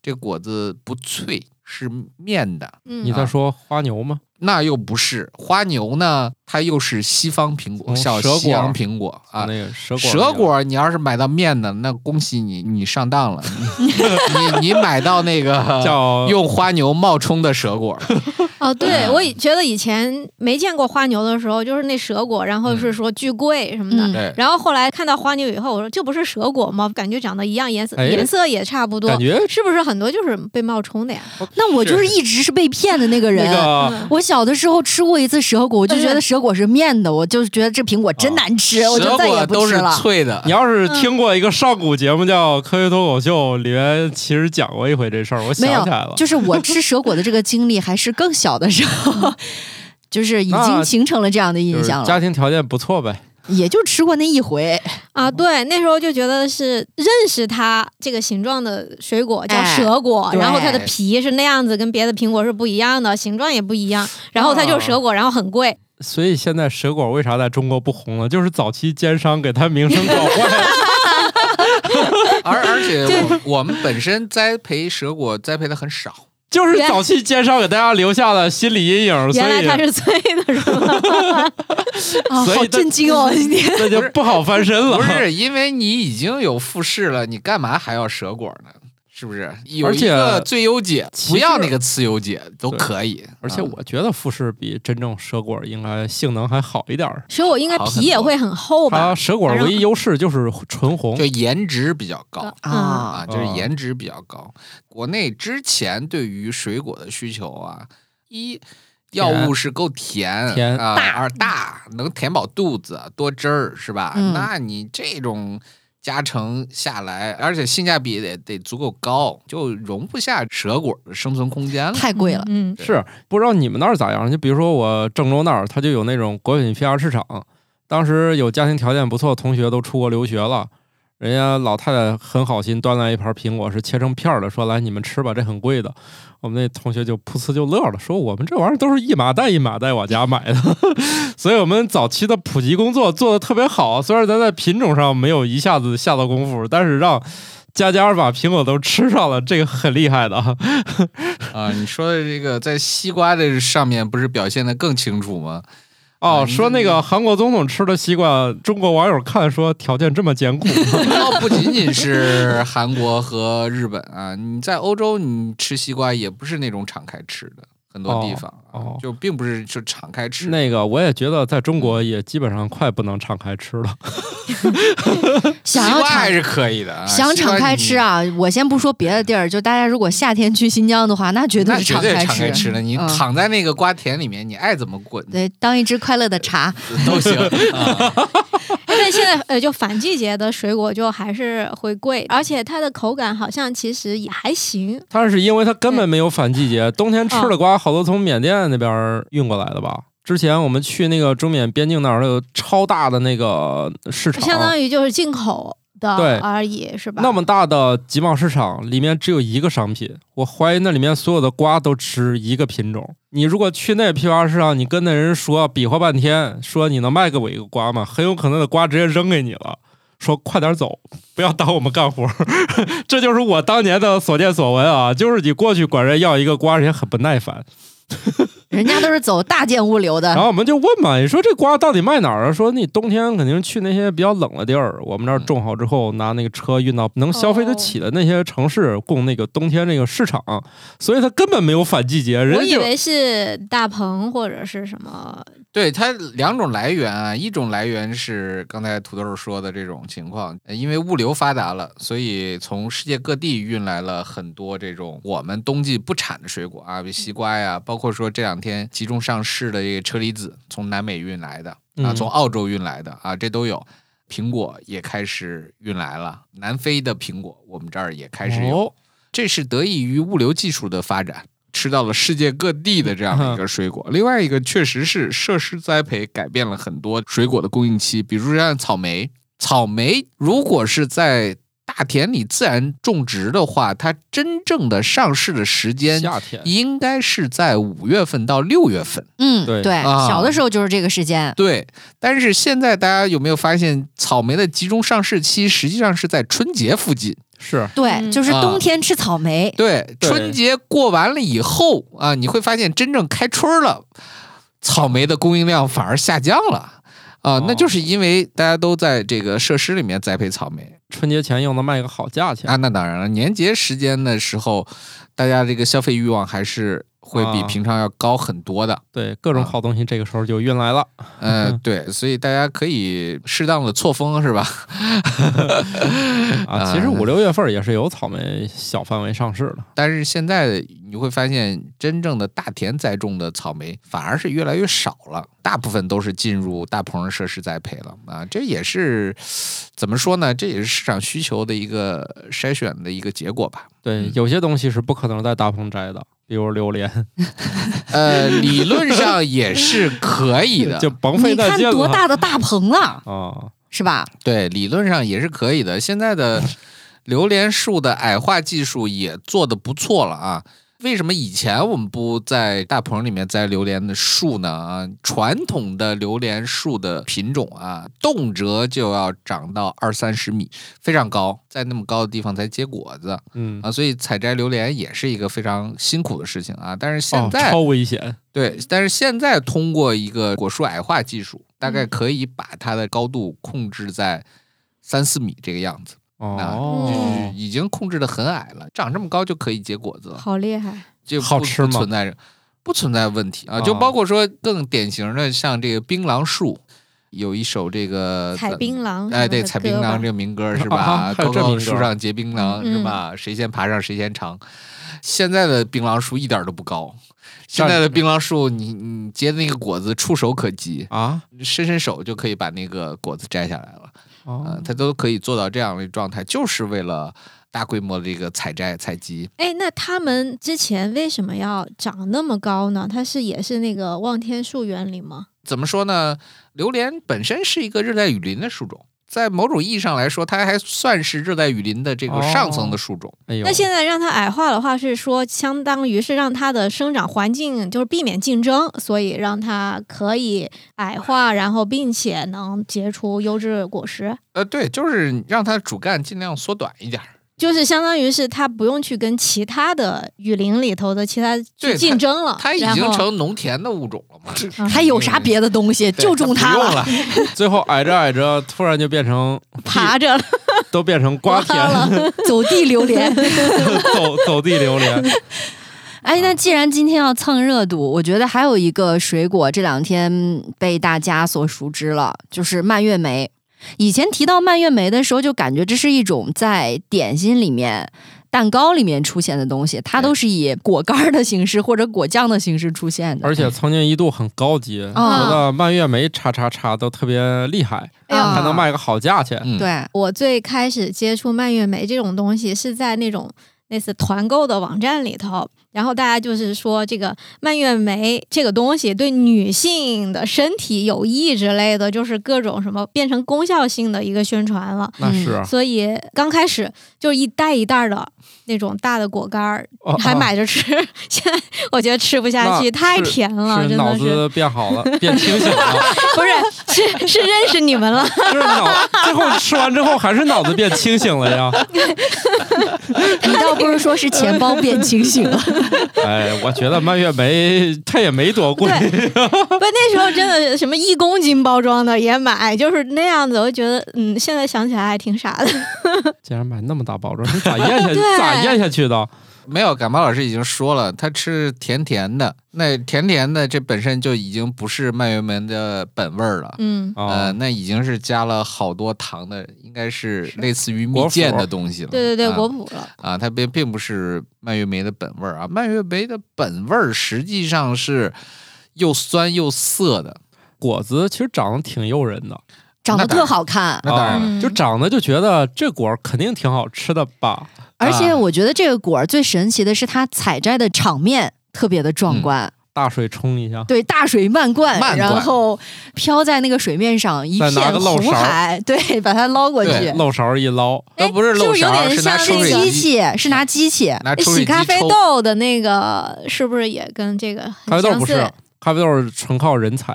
这个果子不脆，是面的，嗯你啊在说花牛吗？那又不是花牛呢，它又是西方苹果，嗯小蛇果嗯西洋苹果啊。那个蛇果。蛇果，你要是买到面的，那恭喜你，你上当了。 你你买到那个叫 用花牛冒充的蛇果了，哦，对，嗯我以觉得以前没见过花牛的时候，就是那蛇果，然后是说巨贵什么的。嗯对，然后后来看到花牛以后，我说这不是蛇果吗？感觉长得一样颜色，哎颜色也差不多感，觉是不是很多就是被冒充的呀？那我就是一直是被骗的那个人。那个嗯我小的时候吃过一次蛇果，我就觉得蛇果是面的，我就觉得这苹果真难吃，我哦蛇就再果也都不吃是了。脆的你。要是听过一个上古节目叫《科学脱口秀》，里面其实讲过一回这事儿，我没有想起来了，。就是我吃蛇果的这个经历还是更小的时候，就是已经形成了这样的就印是象了，家庭条件不错呗，也就吃过那一回。啊，对，那时候就觉得是认识它这个形状的水果叫哎蛇果，对然后它的皮是那样子，跟别的苹果是不一样的，形状也不一样，然后它就是蛇果，然后很贵。所以现在蛇果为啥在中国不红了？就是早期奸商给他名声搞坏 了。而而且我我们本身栽培蛇果栽培的 很少，就是早期奸商给大家留下了心理阴影，所原来它以是 脆的，是吗？啊，所以好它震惊哦！今天那就不好翻身了不。是因为你已经有复试了，你干嘛还要蛇果呢？是不是？有而一且个最优解，其实不要那个次优解都可以。而且啊我觉得富士比真正蛇果应该性能还好一点儿。蛇果应该好很皮也多会很厚吧它？蛇果唯一优势就是纯红就，颜值比较嗯高啊，啊，就是哦颜值比较高。国内之前对于水果的需求啊，一药物是够甜，甜啊，二大能填饱肚子，多汁儿是吧？嗯那你这种。加成下来，而且性价比得得足够高，就容不下蛇果的生存空间了。太贵 了。嗯，是不知道你们那儿咋样？就比如说我郑州那儿，它就有那种果品批发市场。当时有家庭条件不错的同学都出国留学了，人家老太太很好心端来一盘苹果，是切成片儿的，说来你们吃吧，这很贵的。我们那同学就噗呲就乐了，说我们这玩意儿都是一麻袋一麻袋往家买的， 所以我们早期的普及工作做得特别好。虽然咱在品种上没有一下子下到功夫，但是让家家把苹果都吃上了，这个很厉害的啊。啊，你说的这个在西瓜这上面不是表现的更清楚吗？哦，嗯说那个韩国总统吃的西瓜，中国网友看说条件这么艰 苦，倒哦不仅仅是韩国和日本啊，你在欧洲你吃西瓜也不是那种敞开吃的，很多地方啊哦哦就并不是就敞开吃。那个我也觉得在中国也基本上快不能敞开吃了。想西要瓜敞还是可以的啊，想西瓜敞开你吃，啊！我先不说别的地儿，就大家如果夏天去新疆的话，那绝那对是绝敞对开敞开吃吃了。你嗯躺在那个瓜田里面，你爱怎么滚对，当一只快乐的茶，都 行。啊 因为现在呃，就反季节的水果就还是会贵，而且它的口感好像其实也还行。 但是因为它根本没有反季节， 冬天吃的瓜好多从缅甸那边儿运过来的吧？之前我们去那个中缅边境那儿有超大的那个市场，相当于就是进口对的而已，是吧？那么大的集贸市场里面只有一个商品，我怀疑那里面所有的瓜都吃一个品种。你如果去那批发市场，你跟那人说比划半天，说你能卖给我一个瓜吗？很有可能那瓜直接扔给你了。说快点走，不要耽误我们干活。 这就是我当年的所见所闻啊，就是你过去管人要一个瓜，人家很不耐烦。人家都是走大件物流然的。哦后我们就问嘛，你说这瓜到底卖哪儿啊？说你冬天肯定去那些比较冷的地儿，我们那儿种好之后，拿那个车运到能消费得起的那些城市，供那个冬天那个市场。所以它根本没有反季节，人我家以就为是大棚或者是什么，对它两种来源啊，一种来源是刚才土豆说的这种情况，呃因为物流发达了，所以从世界各地运来了很多这种我们冬季不产的水果啊，比如西瓜呀，包括说这两天集中上市的这个车厘子，从南美运来的啊，嗯从澳洲运来的啊，这都有。苹果也开始运来了，南非的苹果我们这儿也开始有，哦这是得益于物流技术的发展，吃到了世界各地的这样的一个水果。另外一个确实是设施栽培改变了很多水果的供应期，比如像草莓，草莓如果是在大田里自然种植的话，它真正的上市的时间夏天应该是在五月份到六月份。嗯，对对，啊小的时候就是这个时间。对，但是现在大家有没有发现，草莓的集中上市期实际上是在春节附近？是对，嗯就是啊冬天吃草莓，对，对春节过完了以后啊，你会发现真正开春儿了，草莓的供应量反而下降了啊，那哦就是因为大家都在这个设施里面栽培草莓春节前又能卖个好价钱。啊。那当然了，年节时间的时候，大家这个消费欲望还是会比啊平常要高很多的。对，各种啊好东西这个时候就运来 了。嗯、对，所以大家可以适当的错峰是吧？啊，其实五六月份也是有草莓小范围上市的。但是现在你会发现，真正的大田栽种的草莓反而是越来越少了，大部分都是进入大棚设施栽培了啊。这也是怎么说呢？这也是市场需求的一个筛选的一个结果吧。对嗯，有些东西是不可能在大棚摘的，比如榴莲，呃，理论上也是可以 的，就甭费你那看劲多了大的大棚啊，啊！是吧？对，理论上也是可以的。现在的榴莲树的矮化技术也做得不错了啊。为什么以前我们不在大棚里面栽榴莲的树呢？啊，传统的榴莲树的品种啊，动辄就要长到二三十米，非常高，在那么高的地方才结果子嗯，啊，所以采摘榴莲也是一个非常辛苦的事情啊。但是现哦，在、超危险。对，但是现在通过一个果树矮化技术，大嗯概可以把它的高度控制在三四米这个样子，哦，已经控制的很矮了。长这么高就可以结果子了，好厉害！就不好吃吗不存在不存在问题啊。哦就包括说更典型的，像这个槟榔树，有一首这个采槟榔，哎，对，采槟榔这这个民歌是啊吧？还有高这高民歌树上结槟榔嗯是吧？谁先爬上谁先尝。现在的槟榔树一点都不高，现但在的槟榔树你你结的那个果子触手可及，啊，伸伸手就可以把那个果子摘下来了。啊、哦，嗯它都可以做到这样的状态，就是为了大规模的这个采摘采集。哎，那他们之前为什么要长那么高呢？它是也是那个望天树原理吗？怎么说呢？榴莲本身是一个热带雨林的树种，在某种意义上来说，它还算是热带雨林的这个上层的树种。哎呦，那现在让它矮化的话，是说相当于是让它的生长环境就是避免竞争，所以让它可以矮化，然后并且能结出优质果实，呃，对，就是让它主干尽量缩短一点儿。就是相当于是它不用去跟其他的雨林里头的其他对去竞争了，它已啊然经后成农田的物种了嘛？还有啥别的东西？嗯对就种它它不用了，了。最后矮着矮着，突然就变成爬着了，都 变成瓜田，走地榴莲。走走地榴莲。哎，那既然今天要蹭热度，我觉得还有一个水果这两天被大家所熟知了，就是蔓越莓。以前提到蔓越莓的时候，就感觉这是一种在点心里面、蛋糕里面出现的东西，它都是以果干儿的形式或者果酱的形式出现的。而且曾经一度很高级，觉啊，得蔓越莓叉叉叉都特别厉害，哎呀还能卖个好价钱。嗯，对，我最开始接触蔓越莓这种东西是在那种类似团购的网站里头，然后大家就是说这个蔓越莓这个东西对女性的身体有益之类的，就是各种什么变成功效性的一个宣传了。那是所以刚开始就是一袋一袋的那种大的果干儿，哦还哦买着吃。 现在我觉得吃不下去，那太是甜了，哦是真脑的是。子变好了，变清醒了， 不是，是是认识你们了。就是脑最后吃完之后还是脑子变清醒了 呀。你倒不是说是钱包变清醒了，哎，我觉得蔓越莓它也没多贵，对，不，那时候真的 是什么一公斤包装的也买，就是那样子。我觉得，嗯，现在想起来还挺傻的。 竟然买那么大包装，你咋咽下对咋咽下去的？没有，感冒老师已经说了，他吃甜甜的，那甜甜的这本身就已经不是蔓越莓的本味儿了。嗯，啊呃，，那已经是加了好多糖的，应该是类似于蜜果脯饯的东西了。对对对，啊果脯了。啊，它并并不是蔓越莓的本味儿啊，蔓越莓的本味儿实际上是又酸又涩的。果子其实长得挺诱人的，啊长得特好看。那当然了，嗯就长得就觉得这果儿肯定挺好吃的吧？而且我觉得这个果儿最神奇的是它采摘的场面特别的壮观，大水冲一下，对，大水漫灌，漫灌然后飘在那个水面上一再拿片个漏勺红海，对，把它捞过对去。漏勺一捞，哎都不是是漏不是有勺，点是拿像抽那是个水机机。器，是拿机器。拿抽洗水机咖啡抽，豆的那个是不是也跟这个咖啡很豆相不似是，咖啡豆是纯靠人采，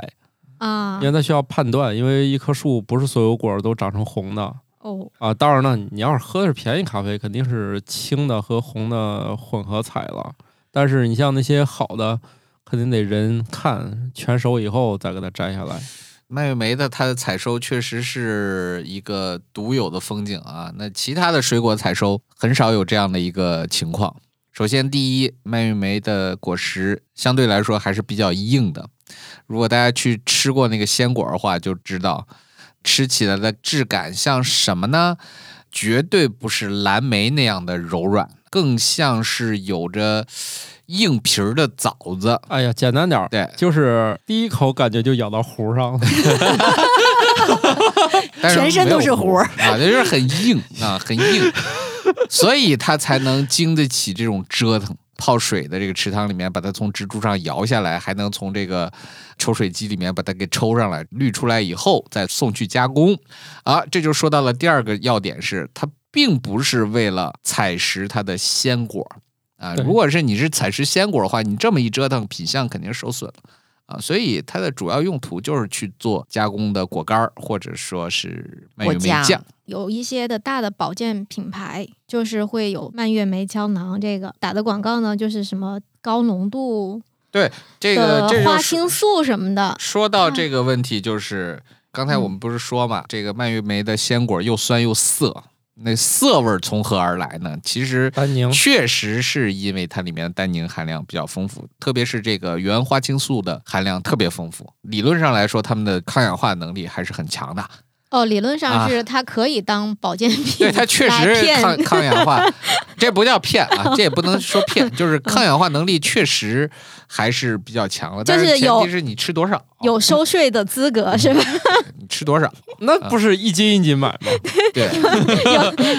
啊因？为它需要判断，因为一棵树不是所有果儿都长成红的哦，啊。当然了，你要是喝的是便宜咖啡，肯定是青的和红的混合采了。但是你像那些好的，肯定得人看全熟以后再给它摘下来。蔓越莓的它的采收确实是一个独有的风景啊。那其他的水果采收很少有这样的一个情况。首先，第一，蔓越莓的果实相对来说还是比较硬的。如果大家去吃过那个鲜果的话，就知道吃起来的质感像什么呢？绝对不是蓝莓那样的柔软，更像是有着硬皮儿的枣子。哎呀，简单点儿，对就是第一口感觉就咬到核上了。 但全身都没是有核儿啊，就是很硬啊，很硬， 所以它才能经得起这种折腾。泡水的这个池塘里面，把它从蜘蛛上摇下来，还能从这个抽水机里面把它给抽上来，滤出来以后再送去加工。啊，这就说到了第二个要点是，它并不是为了采食它的鲜果啊。对如果是你是采食鲜果的话，你这么一折腾，品相肯定受损了啊。所以它的主要用途就是去做加工的果干儿，或者说是蔓越莓果酱酱。有一些的大的保健品牌就是会有蔓越莓胶囊，这个打的广告呢就是什么高浓度对，这个这的就花是青素什么的，说到这个问题，就是刚才我们不是说嘛，这个蔓越莓的鲜果又酸又涩，那涩味儿从何而来呢？其实丹宁确实是因为它里面的单宁含量比较丰富，特别是这个原花青素的含量特别丰富。理论上来说，它们的抗氧化能力还是很强的。哦，理论啊上是它可以当保健品，对，它确来实骗抗抗氧化，这不叫骗啊，这也不能说骗，就是抗氧化能力确实还是比较强的。就但是前有提是你吃多少，有收税的资格是吧？你吃多少，那不是一斤一斤买 吗？对。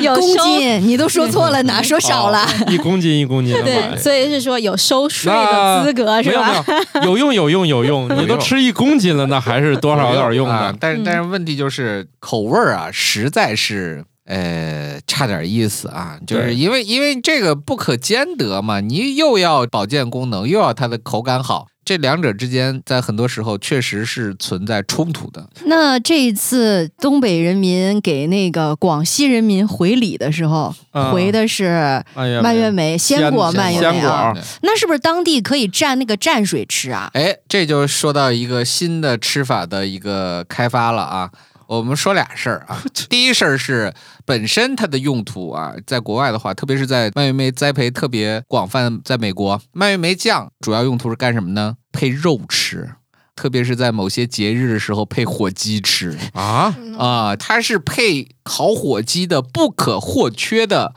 有公收斤，你都说错了，哪说少了？啊一公斤一公斤的对，买。所以是说有收税的资格没是有吧？ 没有，有用有用有用，你都吃一公斤了，那还是多少有点用啊的。但是嗯但是问题就是口味儿啊，实在是呃差点意思啊，就是对因为因为这个不可兼得嘛，你又要保健功能，又要它的口感好。这两者之间，在很多时候确实是存在冲突的。那这一次东北人民给那个广西人民回礼的时候，啊回的是蔓越蔓越莓鲜果蔓越鲜莓果啊儿，那是不是当地可以蘸那个蘸水吃啊？哎，这就说到一个新的吃法的一个开发了啊！我们说俩事儿啊，第一事儿是本身它的用途啊，在国外的话，特别是在蔓越莓栽培特别广泛，在美国，蔓越莓酱主要用途是干什么呢？配肉吃，特别是在某些节日的时候配火鸡吃啊，啊、它是配烤火鸡的不可或缺的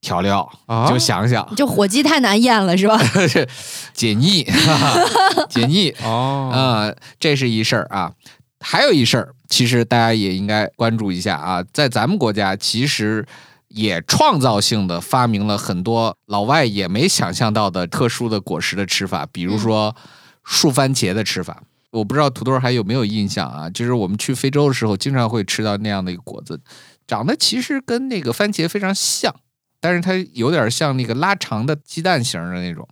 调料。啊就想想， 就火鸡太难咽了是吧？是解腻，哈哈解腻。哦，呃，这是一事儿啊，还有一事儿，其实大家也应该关注一下啊，在咱们国家其实。也创造性的发明了很多老外也没想象到的特殊的果实的吃法，比如说树番茄的吃法。我不知道土豆还有没有印象啊？就是我们去非洲的时候，经常会吃到那样的一个果子，长得其实跟那个番茄非常像，但是它有点像那个拉长的鸡蛋形的那种，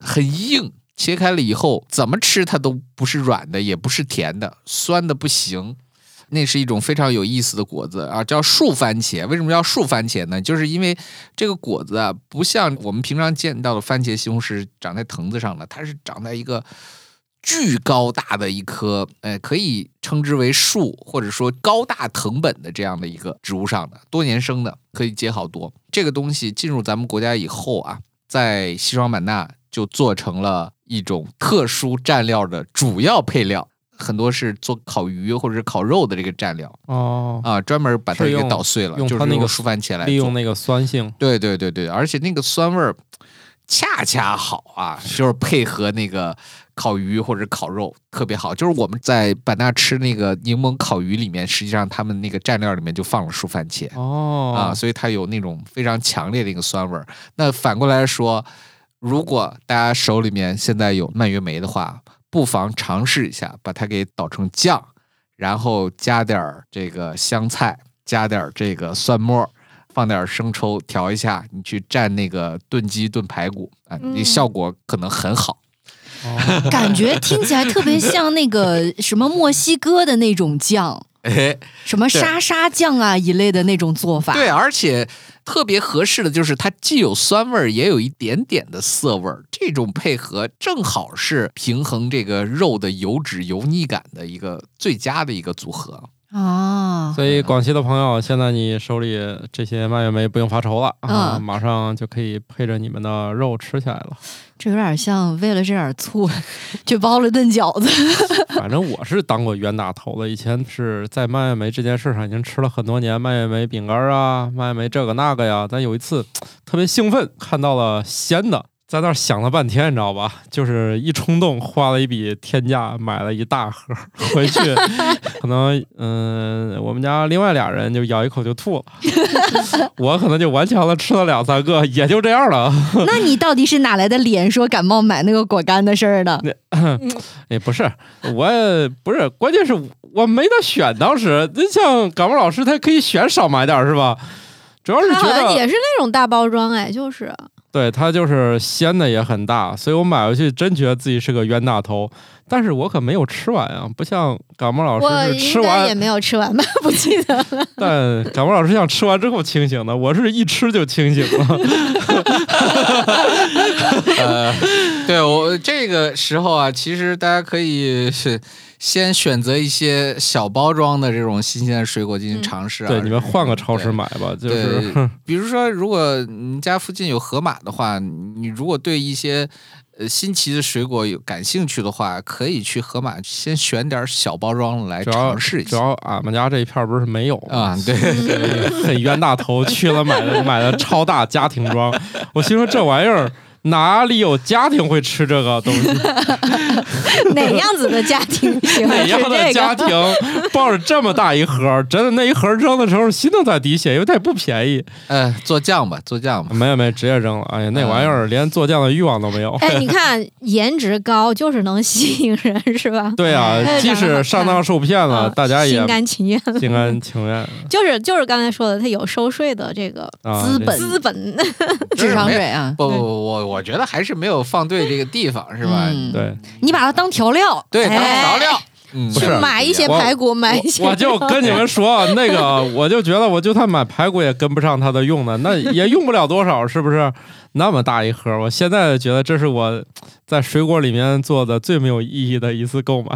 很硬。切开了以后，怎么吃它都不是软的，也不是甜的，酸的不行。那是一种非常有意思的果子啊，叫树番茄。为什么叫树番茄呢？就是因为这个果子啊，不像我们平常见到的番茄、西红柿长在藤子上的，它是长在一个巨高大的一棵，呃，可以称之为树或者说高大藤本的这样的一个植物上的，多年生的，可以结好多。这个东西进入咱们国家以后啊，在西双版纳就做成了一种特殊蘸料的主要配料，很多是做烤鱼或者是烤肉的这个蘸料哦，啊，专门把它是给用捣碎了，用就它是那用个树番茄来利做用那个酸性，对对对对，而且那个酸味儿恰恰好啊，就是配合那个烤鱼或者烤肉特别好。就是我们在版纳吃那个柠檬烤鱼里面，实际上他们那个蘸料里面就放了树番茄、哦啊，所以它有那种非常强烈的一个酸味儿。那反过来说，如果大家手里面现在有蔓越莓的话，不妨尝试一下，把它给捣成酱，然后加点儿这个香菜，加点儿这个蒜末儿，放点儿生抽调一下，你去蘸那个炖鸡、炖排骨，啊、嗯你效果可能很好。哦感觉听起来特别像那个什么墨西哥的那种酱，哎，什么沙沙酱啊一类的那种做法。对，而且特别合适的就是它既有酸味儿，也有一点点的涩味儿，这种配合正好是平衡这个肉的油脂油腻感的一个最佳的一个组合。啊，所以广西的朋友，现在你手里这些蔓越莓不用发愁了啊，嗯马上就可以配着你们的肉吃起来了。这有点像为了这点醋 去包了顿饺子。反正我是当过冤大头的，以前是在蔓越莓这件事上已经吃了很多年蔓越莓饼干啊，蔓越莓这个那个呀。但有一次特别兴奋，看到了鲜的，在那儿想了半天，你知道吧？就是一冲动花了一笔天价买了一大盒， 回去可能嗯、我们家另外俩人就咬一口就吐了， 我可能就顽强的吃了两三个，也就这样了。那你到底是哪来的脸说感冒买那个果干的事儿呢？哎，不是，我也不是，关键是我没得选。当时，那像感冒老师，他可以选少买点儿，是吧？主要是它觉好像 也得，是那种大包装，哎，就是对他就是鲜的也很大，所以我买回去真觉得自己是个冤大头。但是我可没有吃完啊，不像感冒老我师是吃应该也完，没有吃完吧， 不记 得了。但感冒老师像吃完之后清醒的，我是一吃就清醒了。啊呃，对我这个时候啊，其实大家可以是先选择一些小包装的这种新鲜的水果进行嗯尝试啊。对，你们换个超市对买吧，就对是比如说，如果你家附近有河马的话，你如果对一些呃新奇的水果有感兴趣的话，可以去河马先选点小包装来主要尝试一主下。要俺们家这一片儿不是没有啊、对， 很冤大头去了买了买了超大家庭装，我心说这玩意儿哪里有家庭会吃这个东西？ 哪样子的家庭喜哪欢吃样的这家个？庭抱着这么大一盒？真的那一盒扔的时候心都在滴血，因为它也不便宜。呃，做酱吧，做酱吧。没有没有，直接扔了。哎呀，那玩意嗯儿连做酱的欲望都没 有。哎，你看颜值高就是能吸引人，是吧？对啊哎，即使上当受骗了，啊大家也心甘情愿，心甘情愿就是就是刚才说的，它有收税的这个啊。资这本资本。嗯智商税啊，不不不，我我觉得还是没有放对这个地方，是吧？嗯对，你把它当调料，对，当哎调料。嗯不去是买一些我排骨，买一些我我就肉跟你们说，啊那个我就觉得，我就算买排骨也跟不上它的用的，那也用不了多少，是不是？那么大一盒，我现在觉得这是我在水果里面做的最没有意义的一次购买，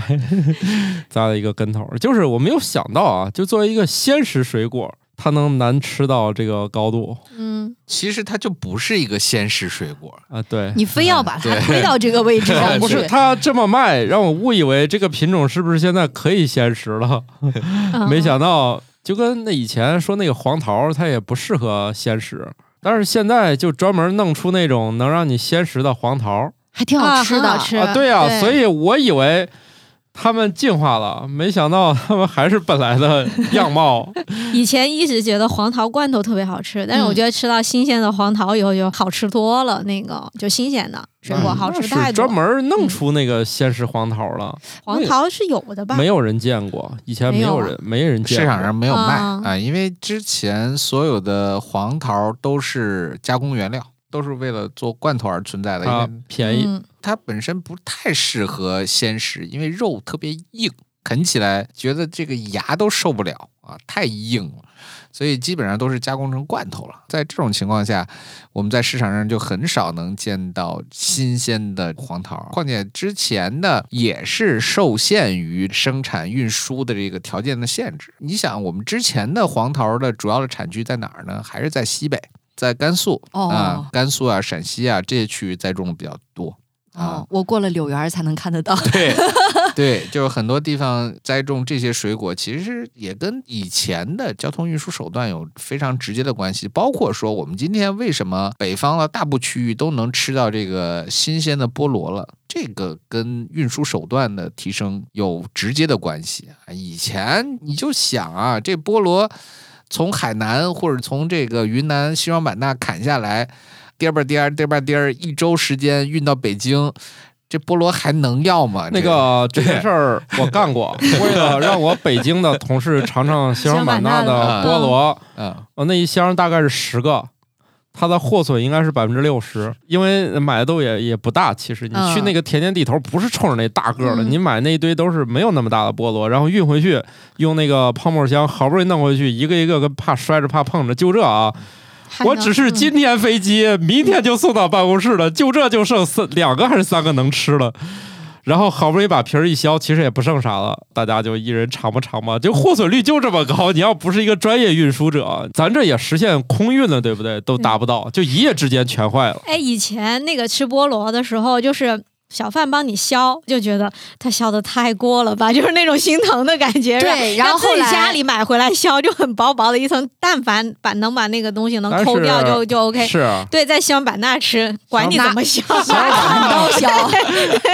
栽了一个跟头。就是我没有想到啊，就作为一个鲜食水果，它能难吃到这个高度嗯，其实它就不是一个鲜食水果，啊！对，哎你非要把它对推到这个位置 上去，不是它这么卖，让我误以为这个品种是不是现在可以鲜食了？嗯没想到，就跟那以前说那个黄桃，它也不适合鲜食，但是现在就专门弄出那种能让你鲜食的黄桃啊，还挺好吃的。啊很好吃对呀、对所以我以为他们进化了，没想到他们还是本来 的样貌。 以前一直觉得黄桃罐头特别好吃，但是我嗯觉得吃到新鲜的黄桃以后就好吃多了。那个就新鲜的水果好嗯那吃嗯是太多专。门弄出那个鲜食黄桃了，黄桃是有的吧？没有人见过，以前没没有有啊人，没人见市场过。上没有卖啊啊、因为之前所有的黄桃都是加工原料，都是为了做罐头而存在的，因啊为，便宜，嗯它本身不太适合鲜食，因为肉特别硬，啃起来觉得这个牙都受不了啊，太硬了，所以基本上都是加工成罐头了。在这种情况下，我们在市场上就很少能见到新鲜的黄桃，况且之前的也是受限于生产运输的这个条件的限制。你想，我们之前的黄桃的主要的产区在哪儿呢？还是在西北。在甘肃啊、哦甘肃啊、陕西啊这些区域栽种的比较多。哦，我过了柳园儿才能看得到。对 对，就是很多地方栽种这些水果，其实也跟以前的交通运输手段有非常直接的关系。包括说，我们今天为什么北方的大部区域都能吃到这个新鲜的菠萝了，这个跟运输手段的提升有直接的关系。啊以前你就想啊，这菠萝从海南或者从这个云南西双版纳砍下来。颠吧颠儿颠吧颠儿，一周时间运到北京，这菠萝还能要吗？那啊这个这件事儿我干 过，为了让我北京的同事尝尝西双版纳啊的菠萝，嗯，呃，那一箱大概是十个，它的获损应该是百分之六十，因为买的都也也不大。其实你嗯去那个田间地头，不是冲着那大个儿的，嗯你买那一堆都是没有那么大的菠萝，然后运回去用那个泡沫箱好不容易弄回去，一个一个跟怕摔着怕碰着，就这啊！还我能只是嗯今天飞机，明天就送到办公室了，就这就剩三两个还是三个能吃了。然后好不容易把皮儿一削，其实也不剩啥了，大家就一人尝吧尝吧，就获损率就这么高。你要不是一个专业运输者，咱这也实现空运了，对不对？都达不到，就一夜之间全坏 了。哎，以前那个吃菠萝的时候，就是小贩帮你削，就觉得他削的太过了吧，就是那种心疼的感觉。对是吧然后自己后来家里买回来削就很薄薄的一层，但凡把能把那个东西能但抠掉是就就 OK。是啊，对，在西双版纳吃，管你拿怎么削。砍刀削，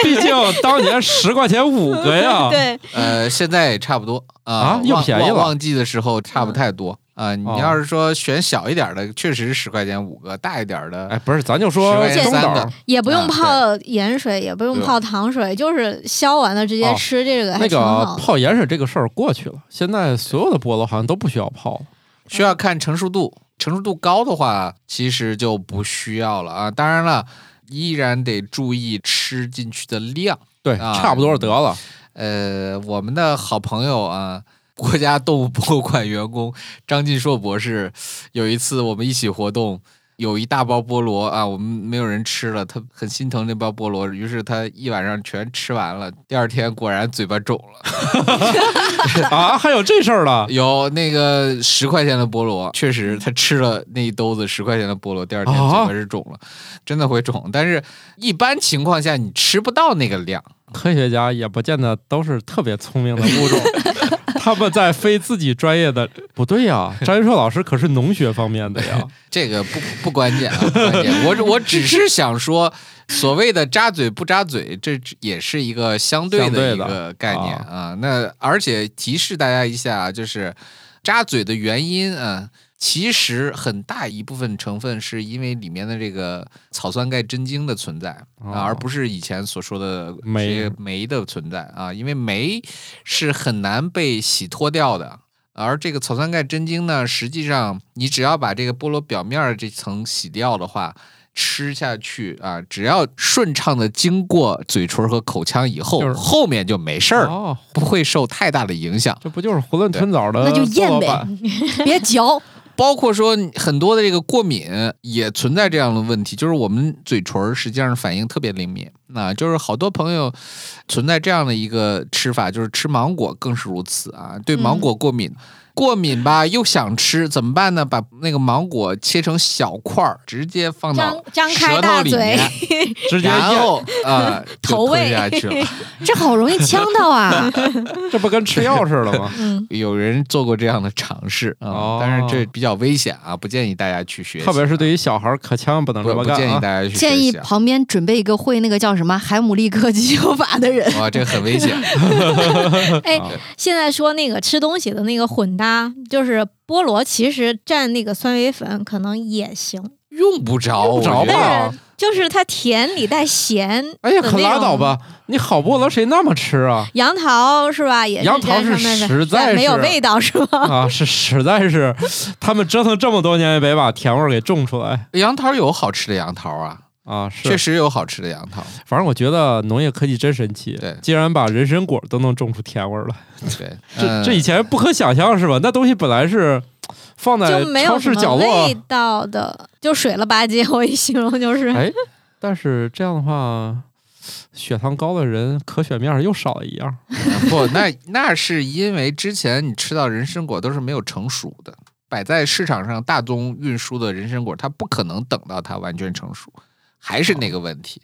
毕竟当年十块钱五 个呀。对，呃，现在也差不多啊又旺便宜旺了旺季的时候差不太多啊、你哦要是说选小一点的，确实是十块钱五个，大一点的，哎，不是，咱就说10块钱东三个岛也不用啊泡盐水，也不用对泡糖水，就是削完了直接哦吃这个，还那挺个好。泡盐水这个事儿过去了，现在所有的菠萝好像都不需要泡了。需要看成熟度，成熟度高的话，其实就不需要了啊。当然了，依然得注意吃进去的量。对，啊差不多得了。呃，我们的好朋友啊，国家动物博物馆员工张晋硕博士，有一次我们一起活动，有一大包菠萝啊，我们没有人吃了，他很心疼那包菠萝，于是他一晚上全吃完了，第二天果然嘴巴肿了。 啊，还有这事儿了？有那个十块钱的菠萝，确实他吃了那一兜子十块钱的菠萝，第二天啊嘴巴是肿了，真的会肿。但是一般情况下你吃不到那个量。科学家也不见得都是特别聪明的物 种，他们在非自己专业的不对呀、张云硕老师可是农学方面的呀。这个不不关键啊，不 关键。我我只是想说，所谓的扎嘴不扎嘴，这只也是一个相对相对的的一个概念啊。那而且提示大家一下啊，就是扎嘴的原因啊，其实很大一部分成分是因为里面的这个草酸钙真晶的存在哦啊，而不是以前所说的酶这个酶的存在啊，因为酶是很难被洗脱掉的。啊而这个草酸钙真晶呢，实际上你只要把这个菠萝表面儿这层洗掉的话，吃下去啊，只要顺畅的经过嘴唇和口腔以后，就是后面就没事儿了，哦，不会受太大的影响。这不就是囫囵吞枣的那就做咽呗法，别嚼。包括说很多的这个过敏也存在这样的问题，就是我们嘴唇儿实际上反应特别灵敏，那就是好多朋友存在这样的一个吃法，就是吃芒果更是如此啊，嗯对芒果过敏。过敏吧，又想吃，怎么办呢？把那个芒果切成小块儿，直接放到张张开舌大头里嘴面，，直接 然咽，后 啊，就投喂吞下去了。 这好容易呛到啊！这不跟吃药似的 吗？嗯，有人做过这样的尝试啊，哦但是这比较危险啊，不建议大家去学习啊，特别是对于小孩儿，可千万不能不这么不建干议大啊！家去学习啊 建议旁边准备一个会那个叫什么海姆立克急救法的 人。哇，这个很危险。哎啊现在说那个吃东西的那个混搭，就是菠萝，其实蘸那个酸梅粉可能也行， 用不着，用不着我觉得吧？就是它甜里带咸。哎呀，的可那拉种倒吧！你好菠萝谁那么吃 啊？杨桃是吧？也是杨桃蘸是上面的实在没有是味道是吧？啊，是实在是，他们折腾这么多年也没把甜味儿给种出来杨桃有好吃的杨桃啊，啊！是确，实有好吃的杨桃。反正我觉得农业科技真神奇对，竟然把人参果都能种出甜味儿来，对，这嗯这以前不可想象是吧？那东西本来是放在就没有超什市么角落味，道的，就水了吧唧， 我一形容就是。哎，但是这样的话，血糖高的人可选面儿又少了一样。嗯不，那那是因为之前你吃到人参果都是没有成熟的，摆在市场上大宗运输的人参果，它不可能等到它完全成熟，还是那个问题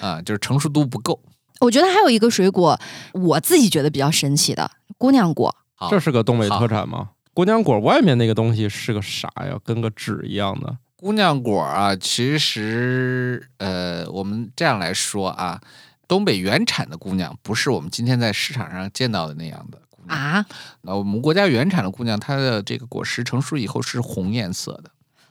啊，就是成熟度不够。我觉得还有一个水果，我自己觉得比较神奇的姑娘果，好这是个东北啊好特产吗？姑娘果外面那个东西是个啥呀？跟个纸一样的。姑娘果啊，其实呃，我们这样来说啊，东北原产的姑娘不是我们今天在市场上见到的那样的姑娘。啊，那呃我们国家原产的姑娘，它的这个果实成熟以后是红颜色的。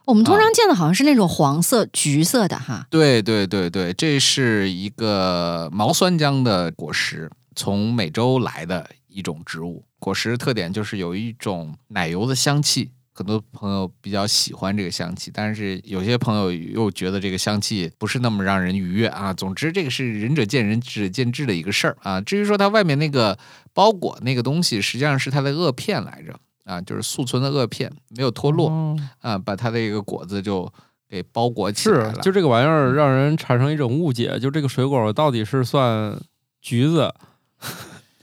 我们通常见的好像是那种黄色、橘色的哈。对对对对，这是一个毛酸浆的果实，从美洲来的一种植物。果实的特点就是有一种奶油的香气，很多朋友比较喜欢这个香气，但是有些朋友又觉得这个香气不是那么让人愉悦啊。总之，这个是仁者见仁，智者见智的一个事儿啊。至于说它外面那个包裹那个东西，实际上是它的萼片来着啊，就是塑存的萼片没有脱落哦啊，把它的一个果子就给包裹起来是了。，就这个玩意儿让人产生一种误解，就这个水果到底是算橘子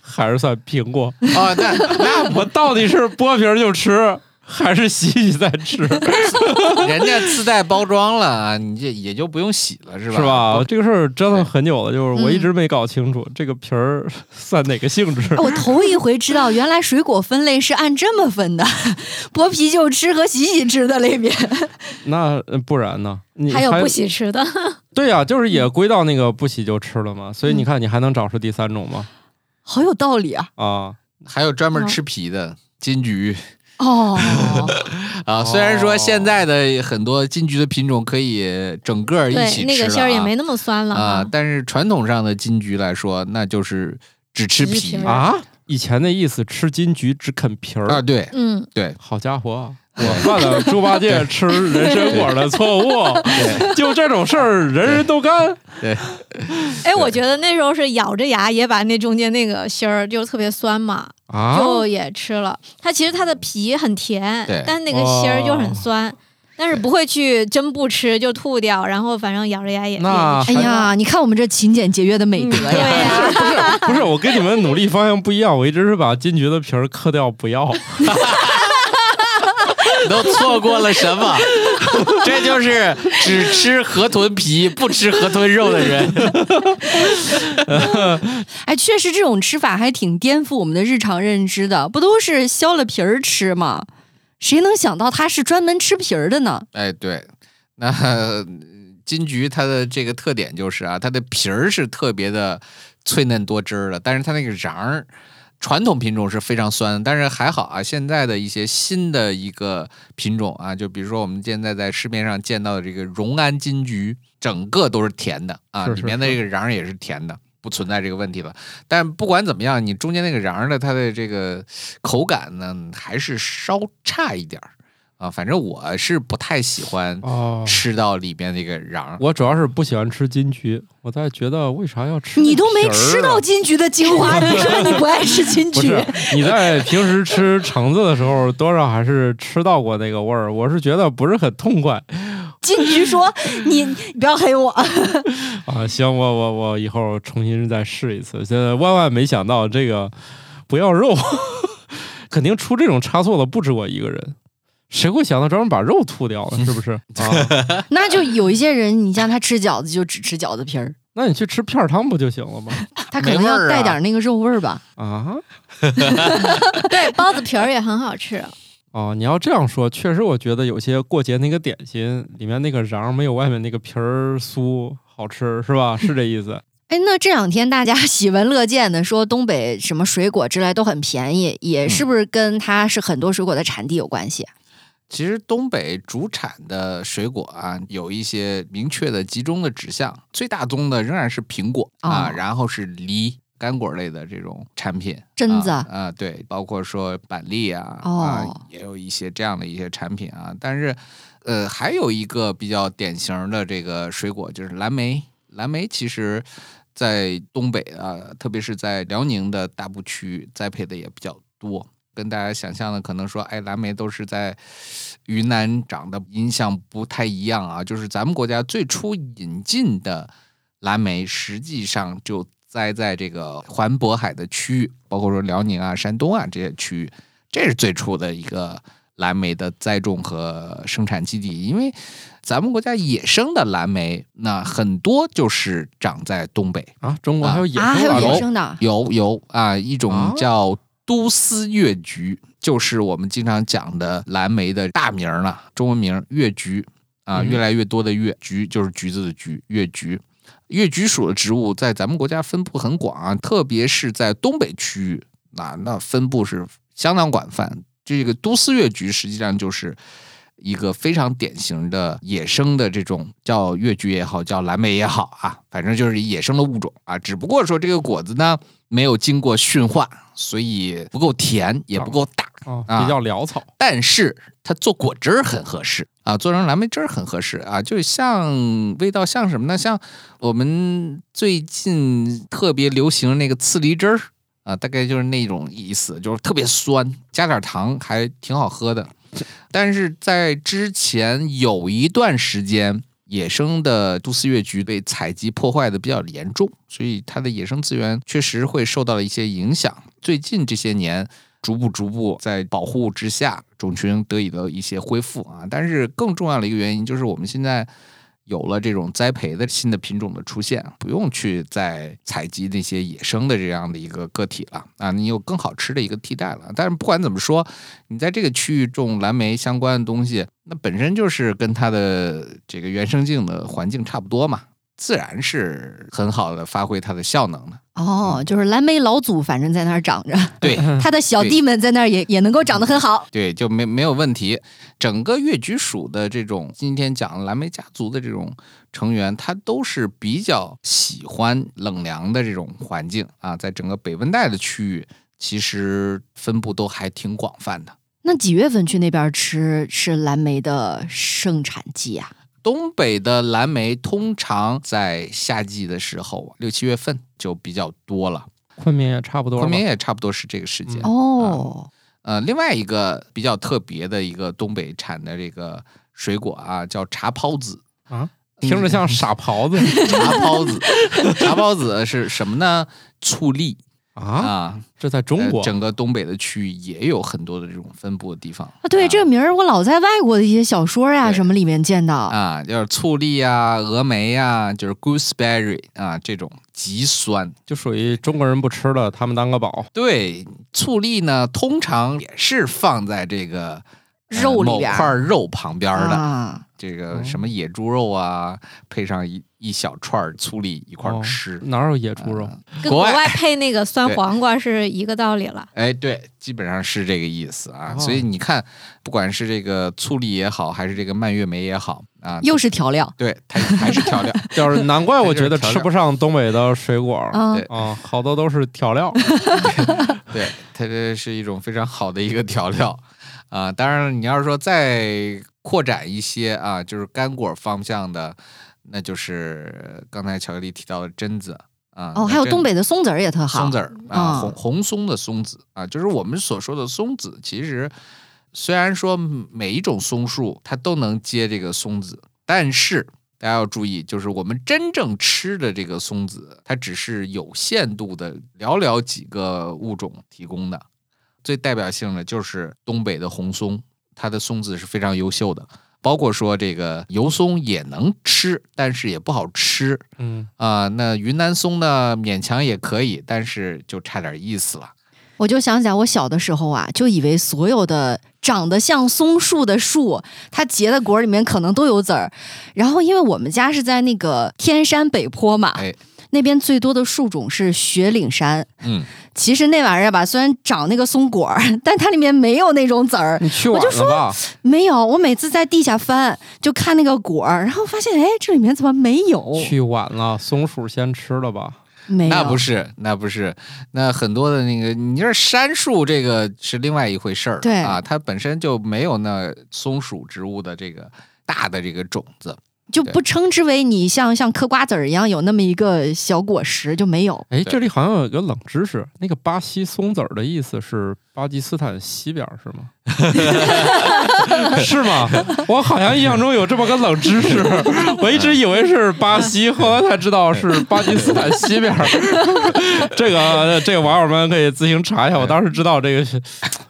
还是算苹果？ 哦，那那我到底是剥皮儿就吃，还是洗洗再吃，不，人家自带包装了啊，你这也就不用洗了，是吧？是吧？不这个事儿折腾很久了，就是我一嗯直没搞清楚这个皮儿算哪个性质哎，。哦我头一回知道，原来水果分类是按这么分的， 剥皮就吃和洗洗吃的类别。 那呃不然呢？你还有不洗吃的，对呀、就是也归到那个不洗就吃了嗯嘛。所以你看，你还能找出第三种吗？好有道理啊！啊，还有嗯专门吃皮的金桔哦，啊，虽然哦说现在的很多金桔的品种可以整个一对起吃了啊、那个馅儿也没那么酸了啊，但是传统上的金桔来说，那就是只吃只吃皮皮啊啊，以前那意思吃金桔只啃皮儿 啊，对嗯，对好家伙啊，我犯了猪八戒吃人参果的错误，对就这种事儿人人都干。对，哎，我觉得那时候是咬着牙也把那中间那个芯儿，就是特别酸嘛，啊就也吃了。它其实它的皮很甜对，但那个芯儿就很酸，但是不会去真不吃就吐掉，然后反正咬着牙也。那 哎呀，你看我们这勤俭节约的美也德嗯对呀！呀、不是 不是，我跟你们努力方向不一样，我一直是把金桔的皮儿嗑掉不要。都错过了什么？ 这就是只吃河豚皮不吃河豚肉的人。哎，确实这种吃法还挺颠覆我们的日常认知的，不都是削了皮儿吃吗？谁能想到它是专门吃皮儿的呢？哎，对，那呃金桔它的这个特点就是啊，它的皮儿是特别的脆嫩多汁儿的，但是它那个瓤儿，传统品种是非常酸的，但是还好啊，现在的一些新的一个品种啊，就比如说我们现在在市面上见到的这个荣安金桔，整个都是甜的啊，是里是面的这个瓤儿也是甜的。不存在这个问题了，但不管怎么样，你中间那个瓤儿的它的这个口感呢，还是稍差一点儿。啊，反正我是不太喜欢 哦，吃到里面那个瓤。我主要是不喜欢吃金桔，我在觉得为啥要吃？你都没吃到。金桔的精华，你说你不爱吃金啊不是桔？你在平时吃橙子的时候，多少还是吃到过那个味儿。我是觉得不是很痛快金桔说你你不要黑我，啊。行，我我我以后重新再试一次。现在万万没想到这个不要肉， 肯定出这种差错的不止我一个人。谁会想到专门把肉吐掉呢？是不是？啊，那就有一些人，你像他吃饺子就只吃饺子皮儿，那你去吃片儿汤不就行了 吗？他可能没味儿要啊带点那个肉味儿吧。啊， 对，包子皮儿也很好吃。哦，你要这样说，确实我觉得有些过节那个点心里面那个瓤儿没有外面那个皮儿酥好吃，是吧？是这意思。哎，那这两天大家喜闻乐见的说东北什么水果之类都很便宜，也是不是跟它是很多水果的产地有关系？啊其实东北主产的水果啊，有一些明确的集中的指向，最大宗的仍然是苹果、啊哦，然后是梨。干果类的这种产品，榛子啊、啊对，包括说板栗啊，哦啊，也有一些这样的一些产品啊。但是，呃，还有一个比较典型的这个水果就是蓝莓。蓝莓其实，在东北啊，特别是在辽宁的大部区栽培的也比较多。跟大家想象的可能说，哎，蓝莓都是在云南长的，印象不太一样啊。就是咱们国家最初引进的蓝莓，实际上就栽在这个环渤海的区域，包括说辽宁啊、山东啊这些区域，这是最初的一个蓝莓的栽种和生产基地。因为咱们国家野生的蓝莓，那很多就是长在东北， 啊，中国还有野生啊，还的有肉野生的，有有啊，一啊种叫都司越菊，就是我们经常讲的蓝莓的大名儿了，中文名儿越菊啊，嗯越来越多的越菊就是橘子的橘，越菊。越菊属的植物在咱们国家分布很广啊，特别是在东北区域，那那分布是相当广泛。这个都司越菊实际上就是一个非常典型的野生的这种叫越菊也好，叫蓝莓也好啊，反正就是野生的物种啊。只不过说这个果子呢没有经过驯化，所以不够甜，也不够大，啊，啊比较潦草。但是它做果汁儿很合适啊，做成蓝莓汁儿很合适啊，就像味道像什么呢？像我们最近特别流行那个刺梨汁儿啊，大概就是那种意思，就是特别酸，加点糖还挺好喝的。但是在之前有一段时间，野生的都市越菊被采集破坏的比较严重，所以它的野生资源确实会受到了一些影响。最近这些年，逐步逐步在保护之下，种群得以的一些恢复啊。但是更重要的一个原因就是我们现在。有了这种栽培的新的品种的出现，啊不用去再采集那些野生的这样的一个个体了啊，你有更好吃的一个替代了。但是不管怎么说，你在这个区域种蓝莓相关的东西，那本身就是跟它的这个原生境的环境差不多嘛，自然是很好的发挥它的效能的。嗯哦，就是蓝莓老祖，反正在那儿长着， 对，嗯他的小弟们在那儿也也能够长得很好。对，就没没有问题。整个越橘属的这种，今天讲蓝莓家族的这种成员，他都是比较喜欢冷凉的这种环境啊，在整个北温带的区域，其实分布都还挺广泛的。那几月份去那边吃是蓝莓的盛产季啊？东北的蓝莓通常在夏季的时候，六七月份就比较多了，昆明也差不多吧。昆明也差不多是这个时间。哦，呃，另外一个比较特别的一个东北产的这个水果啊，叫茶泡子。啊，听着像傻狍子 茶包子，茶包子是什么呢？醋栗啊！啊，这在中国呃整个东北的区域也有很多的这种分布的地方啊，对，这个名儿我老在外国的一些小说呀、对什么里面见到。啊，就是醋栗啊、峨眉啊，就是 gooseberry 啊这种极酸。就属于中国人不吃了，他们当个宝。对，醋栗呢，通常也是放在这个。呃肉里某边儿块肉旁边儿的、啊，这哦个什么野猪肉啊，配上一一小串儿醋栗一块儿哦吃，哪有野猪肉？跟国国外外配那个酸对黄瓜是一个道理了。哎，对，基本上是这个意思啊。哦所以你看，不管是这个醋栗也好，还是这个蔓越莓也好啊，又是调料对它还是调料。 就是难怪我觉得这就是调料吃不上东北的水果儿啊对啊，好多都是调料。对，它这是一种非常好的一个调料啊、当然了，你要是说再扩展一些啊，就是干果方向的，那就是刚才巧克力提到的榛子啊。哦，还有东北。北的松子儿也特好，松子儿啊，嗯红红松的松子啊，就是我们所说的松子。其实虽然说每一种松树它都能结这个松子，但是大家要注意，就是我们真正吃的这个松子，它只是有限度的寥寥几个物种提供的。最代表性的就是东北的红松，它的松子是非常优秀的。包括说这个油松也能吃，但是也不好吃，嗯，啊、那云南松呢，勉强也可以，但是就差点意思了。我就想起来，我小的时候啊，就以为所有的长得像松树的树，它结的果儿里面可能都有籽儿。然后，因为我们家是在那个天山北坡嘛，哎那边最多的树种是雪岭杉。嗯，其实那玩意儿吧，虽然长那个松果儿，但它里面没有那种籽儿， 你去晚了吧？没有。我每次在地下翻，就看那个果儿，然后发现，哎，这里面怎么没有？哦去晚了，松鼠先吃了吧？没有，那不是，那不是，那很多的那个，你这杉树这个是另外一回事儿，对啊，它本身就没有那松鼠植物的这个大的这个种子。就不称之为你像像嗑瓜子儿一样有那么一个小果实，就没有。哎，对这里好像有一个冷知识，那个巴西松子儿的意思是巴基斯坦西边儿是 吗？ 是吗？我好像印象中有这么个冷知 识，我一直以为是巴西，后来才知道是巴基斯坦西边儿。 这个这个网友们可以自行查一下，我当时知道这个是，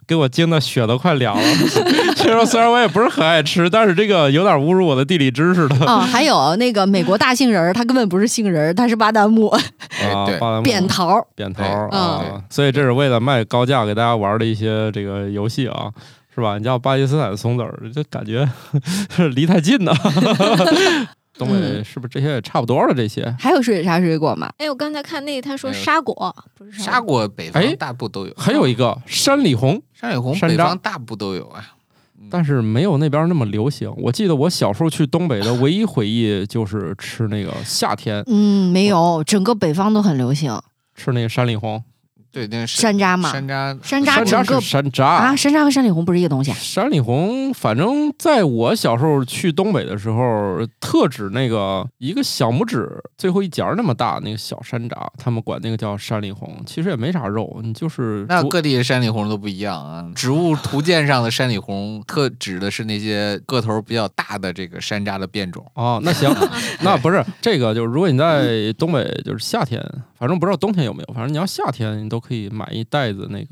给我惊的血都快凉了。 其实虽然我也不是很爱吃，但是这个有点侮辱我的地理知识 的哦，还有那个美国大杏仁儿，它根本不是杏仁儿，它是巴旦木、哎啊对，巴旦木扁桃儿。扁头对儿嗯啊，所以这是为了卖高价给大家玩的一些这个游戏啊，是吧？你叫巴基斯坦松子儿，这感觉 是离太近了。 东嗯北是不是这些也差不多了？这些还有水啥水果吗？哎，我刚才看那他说哎呦沙果，不是沙果，果北方哎大部都有，啊还有一个山里红，山里红山北楂方大部都有啊。但是没有那边那么流行。我记得我小时候去东北的唯一回忆就是吃那个夏天嗯，没有，整个北方都很流行吃那个山里红，对，那是山楂嘛。山楂，山楂山整楂个是山啊，楂。山楂和山里红不是一个东西啊。山里红，反正在我小时候去东北的时候，特指那个一个小拇指最后一节儿那么大那个小山楂，他们管那个叫山里红，其实也没啥肉，你就是那煮各地的山里红都不一样啊。植物图鉴上的山里红，特指的是那些个头比较大的这个山楂的变种。哦，那行，那不是这个，就是如果你在东北，就是夏天，反正不知道冬天有没有，反正你要夏天，你都可以买一袋子那个，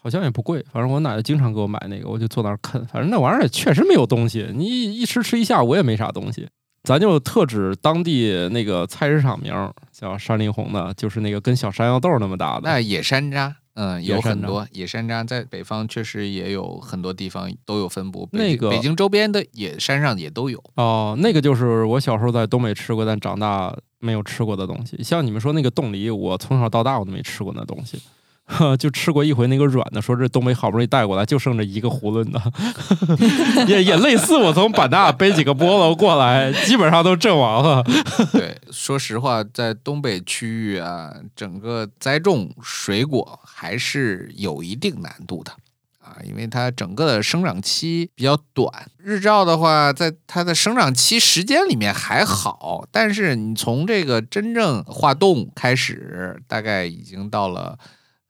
好像也不贵，反正我奶奶经常给我买那个，我就坐那儿啃，反正那玩意儿也确实没有东西，你一吃吃一下午也没啥东西。咱就特指当地那个菜市场名儿叫山里红的，就是那个跟小山药豆儿那么大的。那野山楂，嗯，野有山很楂多野山楂在北方确实也有很多地方都有分布。北那京个北京周边的野山上也都有。哦，那个就是我小时候在东北吃过，但长大没有吃过的东西。像你们说那个冻梨，我从小到大我都没吃过那东西， 就吃过一回那个软的，说这东北好不容易带过来，就剩这一个囫囵的， 也也类似我从版纳背几个菠萝过来，基本上都阵亡了。对， 说实话，在东北区域啊，整个栽种水果还是有一定难度的啊，因为它整个的生长期比较短。日照的话，在它的生长期时间里面还好，但是你从这个真正化冻开始，大概已经到了。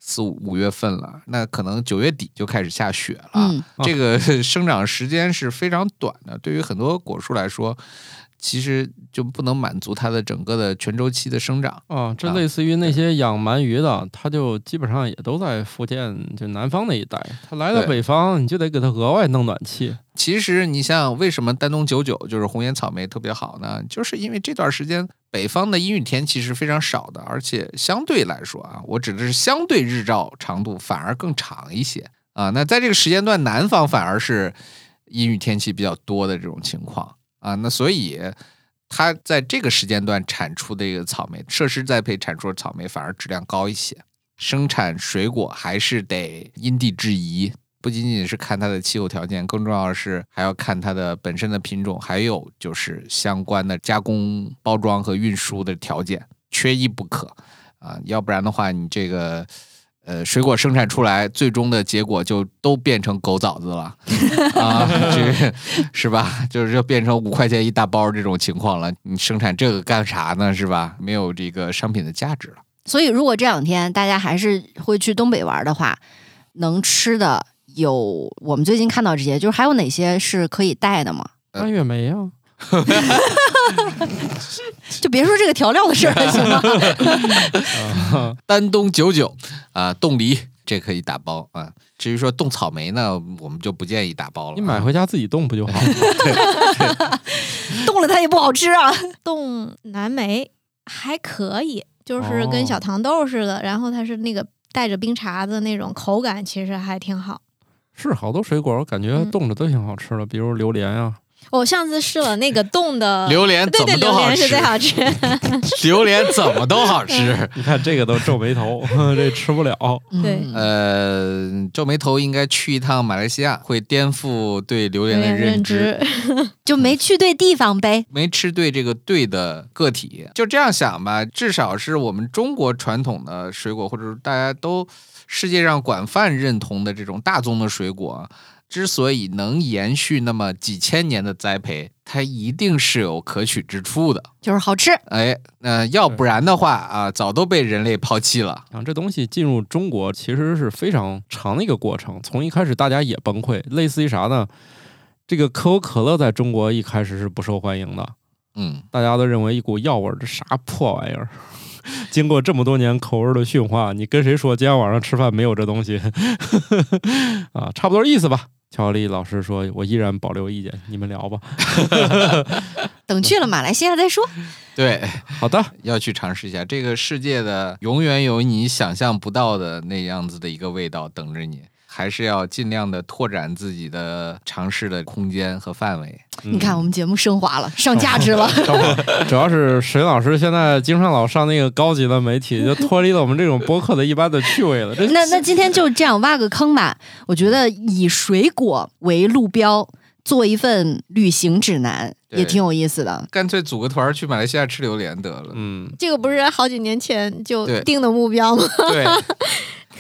四五五月份了，那可能九月底就开始下雪了。嗯这个 生长时间是非常短的，对于很多果树来说，其实就不能满足它的整个的全周期的生长。啊，这啊类似于那些养鳗鱼的，他就基本上也都在福建就南方那一带，他来到对北方，你就得给他额外弄暖气。其实你想想，为什么丹东九九就是红颜草莓特别好呢？就是因为这段时间北方的阴雨天气是非常少的，而且相对来说啊，我指的是相对日照长度反而更长一些啊。那在这个时间段，南方反而是阴雨天气比较多的这种情况啊。那所以它在这个时间段产出的这个草莓，设施栽培产出的草莓反而质量高一些。生产水果还是得因地制宜，不仅仅是看它的气候条件，更重要的是还要看它的本身的品种，还有就是相关的加工、包装和运输的条件，缺一不可啊！要不然的话，你这个呃水果生产出来，最终的结果就都变成狗枣子了啊，这是吧？就是就变成五块钱一大包这种情况了。你生产这个干啥呢？是吧？没有这个商品的价值了。所以，如果这两天大家还是会去东北玩的话，能吃的有我们最近看到这些，就是还有哪些是可以带的吗？蔓越莓啊，就别说这个调料的事儿了，行吗？啊丹东九九啊，冻梨这可以打包啊。至于说冻草莓呢，我们就不建议打包了。你买回家自己冻不就好了？冻了它也不好吃啊。 冻蓝莓还可以，就是跟哦小糖豆似的，然后它是那个带着冰碴子那种，口感其实还挺好。是好多水果，我感觉嗯冻着都挺好吃的，比如榴莲啊，我上次试了那个冻 的榴莲啊对怎对，么榴都好莲是吃最，好吃。榴莲怎么都好 吃。你看这个都皱眉 头，这吃不了。对嗯呃，皱眉头应该去一趟马来西亚，会颠覆对榴莲的认知。知，就没去对地方呗。没吃对这个对的个体，就这样想吧，至少是我们中国传统的水果，或者是大家都世界上广泛认同的这种大宗的水果，之所以能延续那么几千年的栽培，它一定是有可取之处的。就是好吃，哎，那、要不然的话啊，早都被人类抛弃了。啊，这东西进入中国其实是非常长的一个过程，从一开始大家也崩溃，类似于啥呢？这个可口可乐在中国一开始是不受欢迎的，嗯，大家都认为一股药味儿，这啥破玩意儿？ 经过这么多年口味儿的驯化，你跟谁说今天晚上吃饭没有这东西？ 啊，差不多意思吧。乔丽老师说：“我依然保留意见，你们聊吧。等去了马来西亚再说。对，”好的，要去尝试一下这个世界的，永远有你想象不到的那样子的一个味道等着你。还是要尽量的拓展自己的尝试的空间和范围。嗯你看我们节目升华了，上价值了。等会 儿，主要是沈老师现在经常老上那个高级的媒体，就脱离了我们这种播客的一般的趣味了。这 那那今天就这样挖个坑吧。我觉得以水果为路标，做一份旅行指南对也挺有意思的。干脆组个团儿去马来西亚吃榴莲得 了。嗯，这个不是好几年前就对定的目标吗？ 对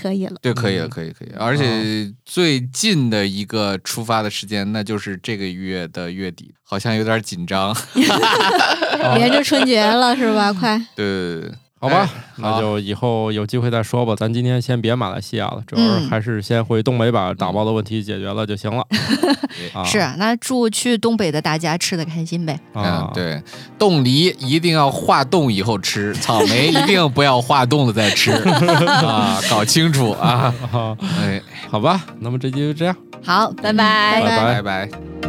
可以了，对，可以嗯了，可以，可以。而且最近的一个出发的时间，那就是这个月的月底，好像有点紧张。 哦连着春节了是吧？快，对对对对，好吧，哎那就以后有机会再说吧。咱今天先别马来西亚了，主要是嗯还是先回东北把打包的问题解决了就行了。啊、是，那祝去东北的大家吃的开心呗。啊嗯，，对，冻梨一定要化冻以后吃，草莓一定不要化冻了再吃 啊，搞清楚啊！啊，哎， 好吧，那么这期就这样，好，拜拜拜拜拜拜。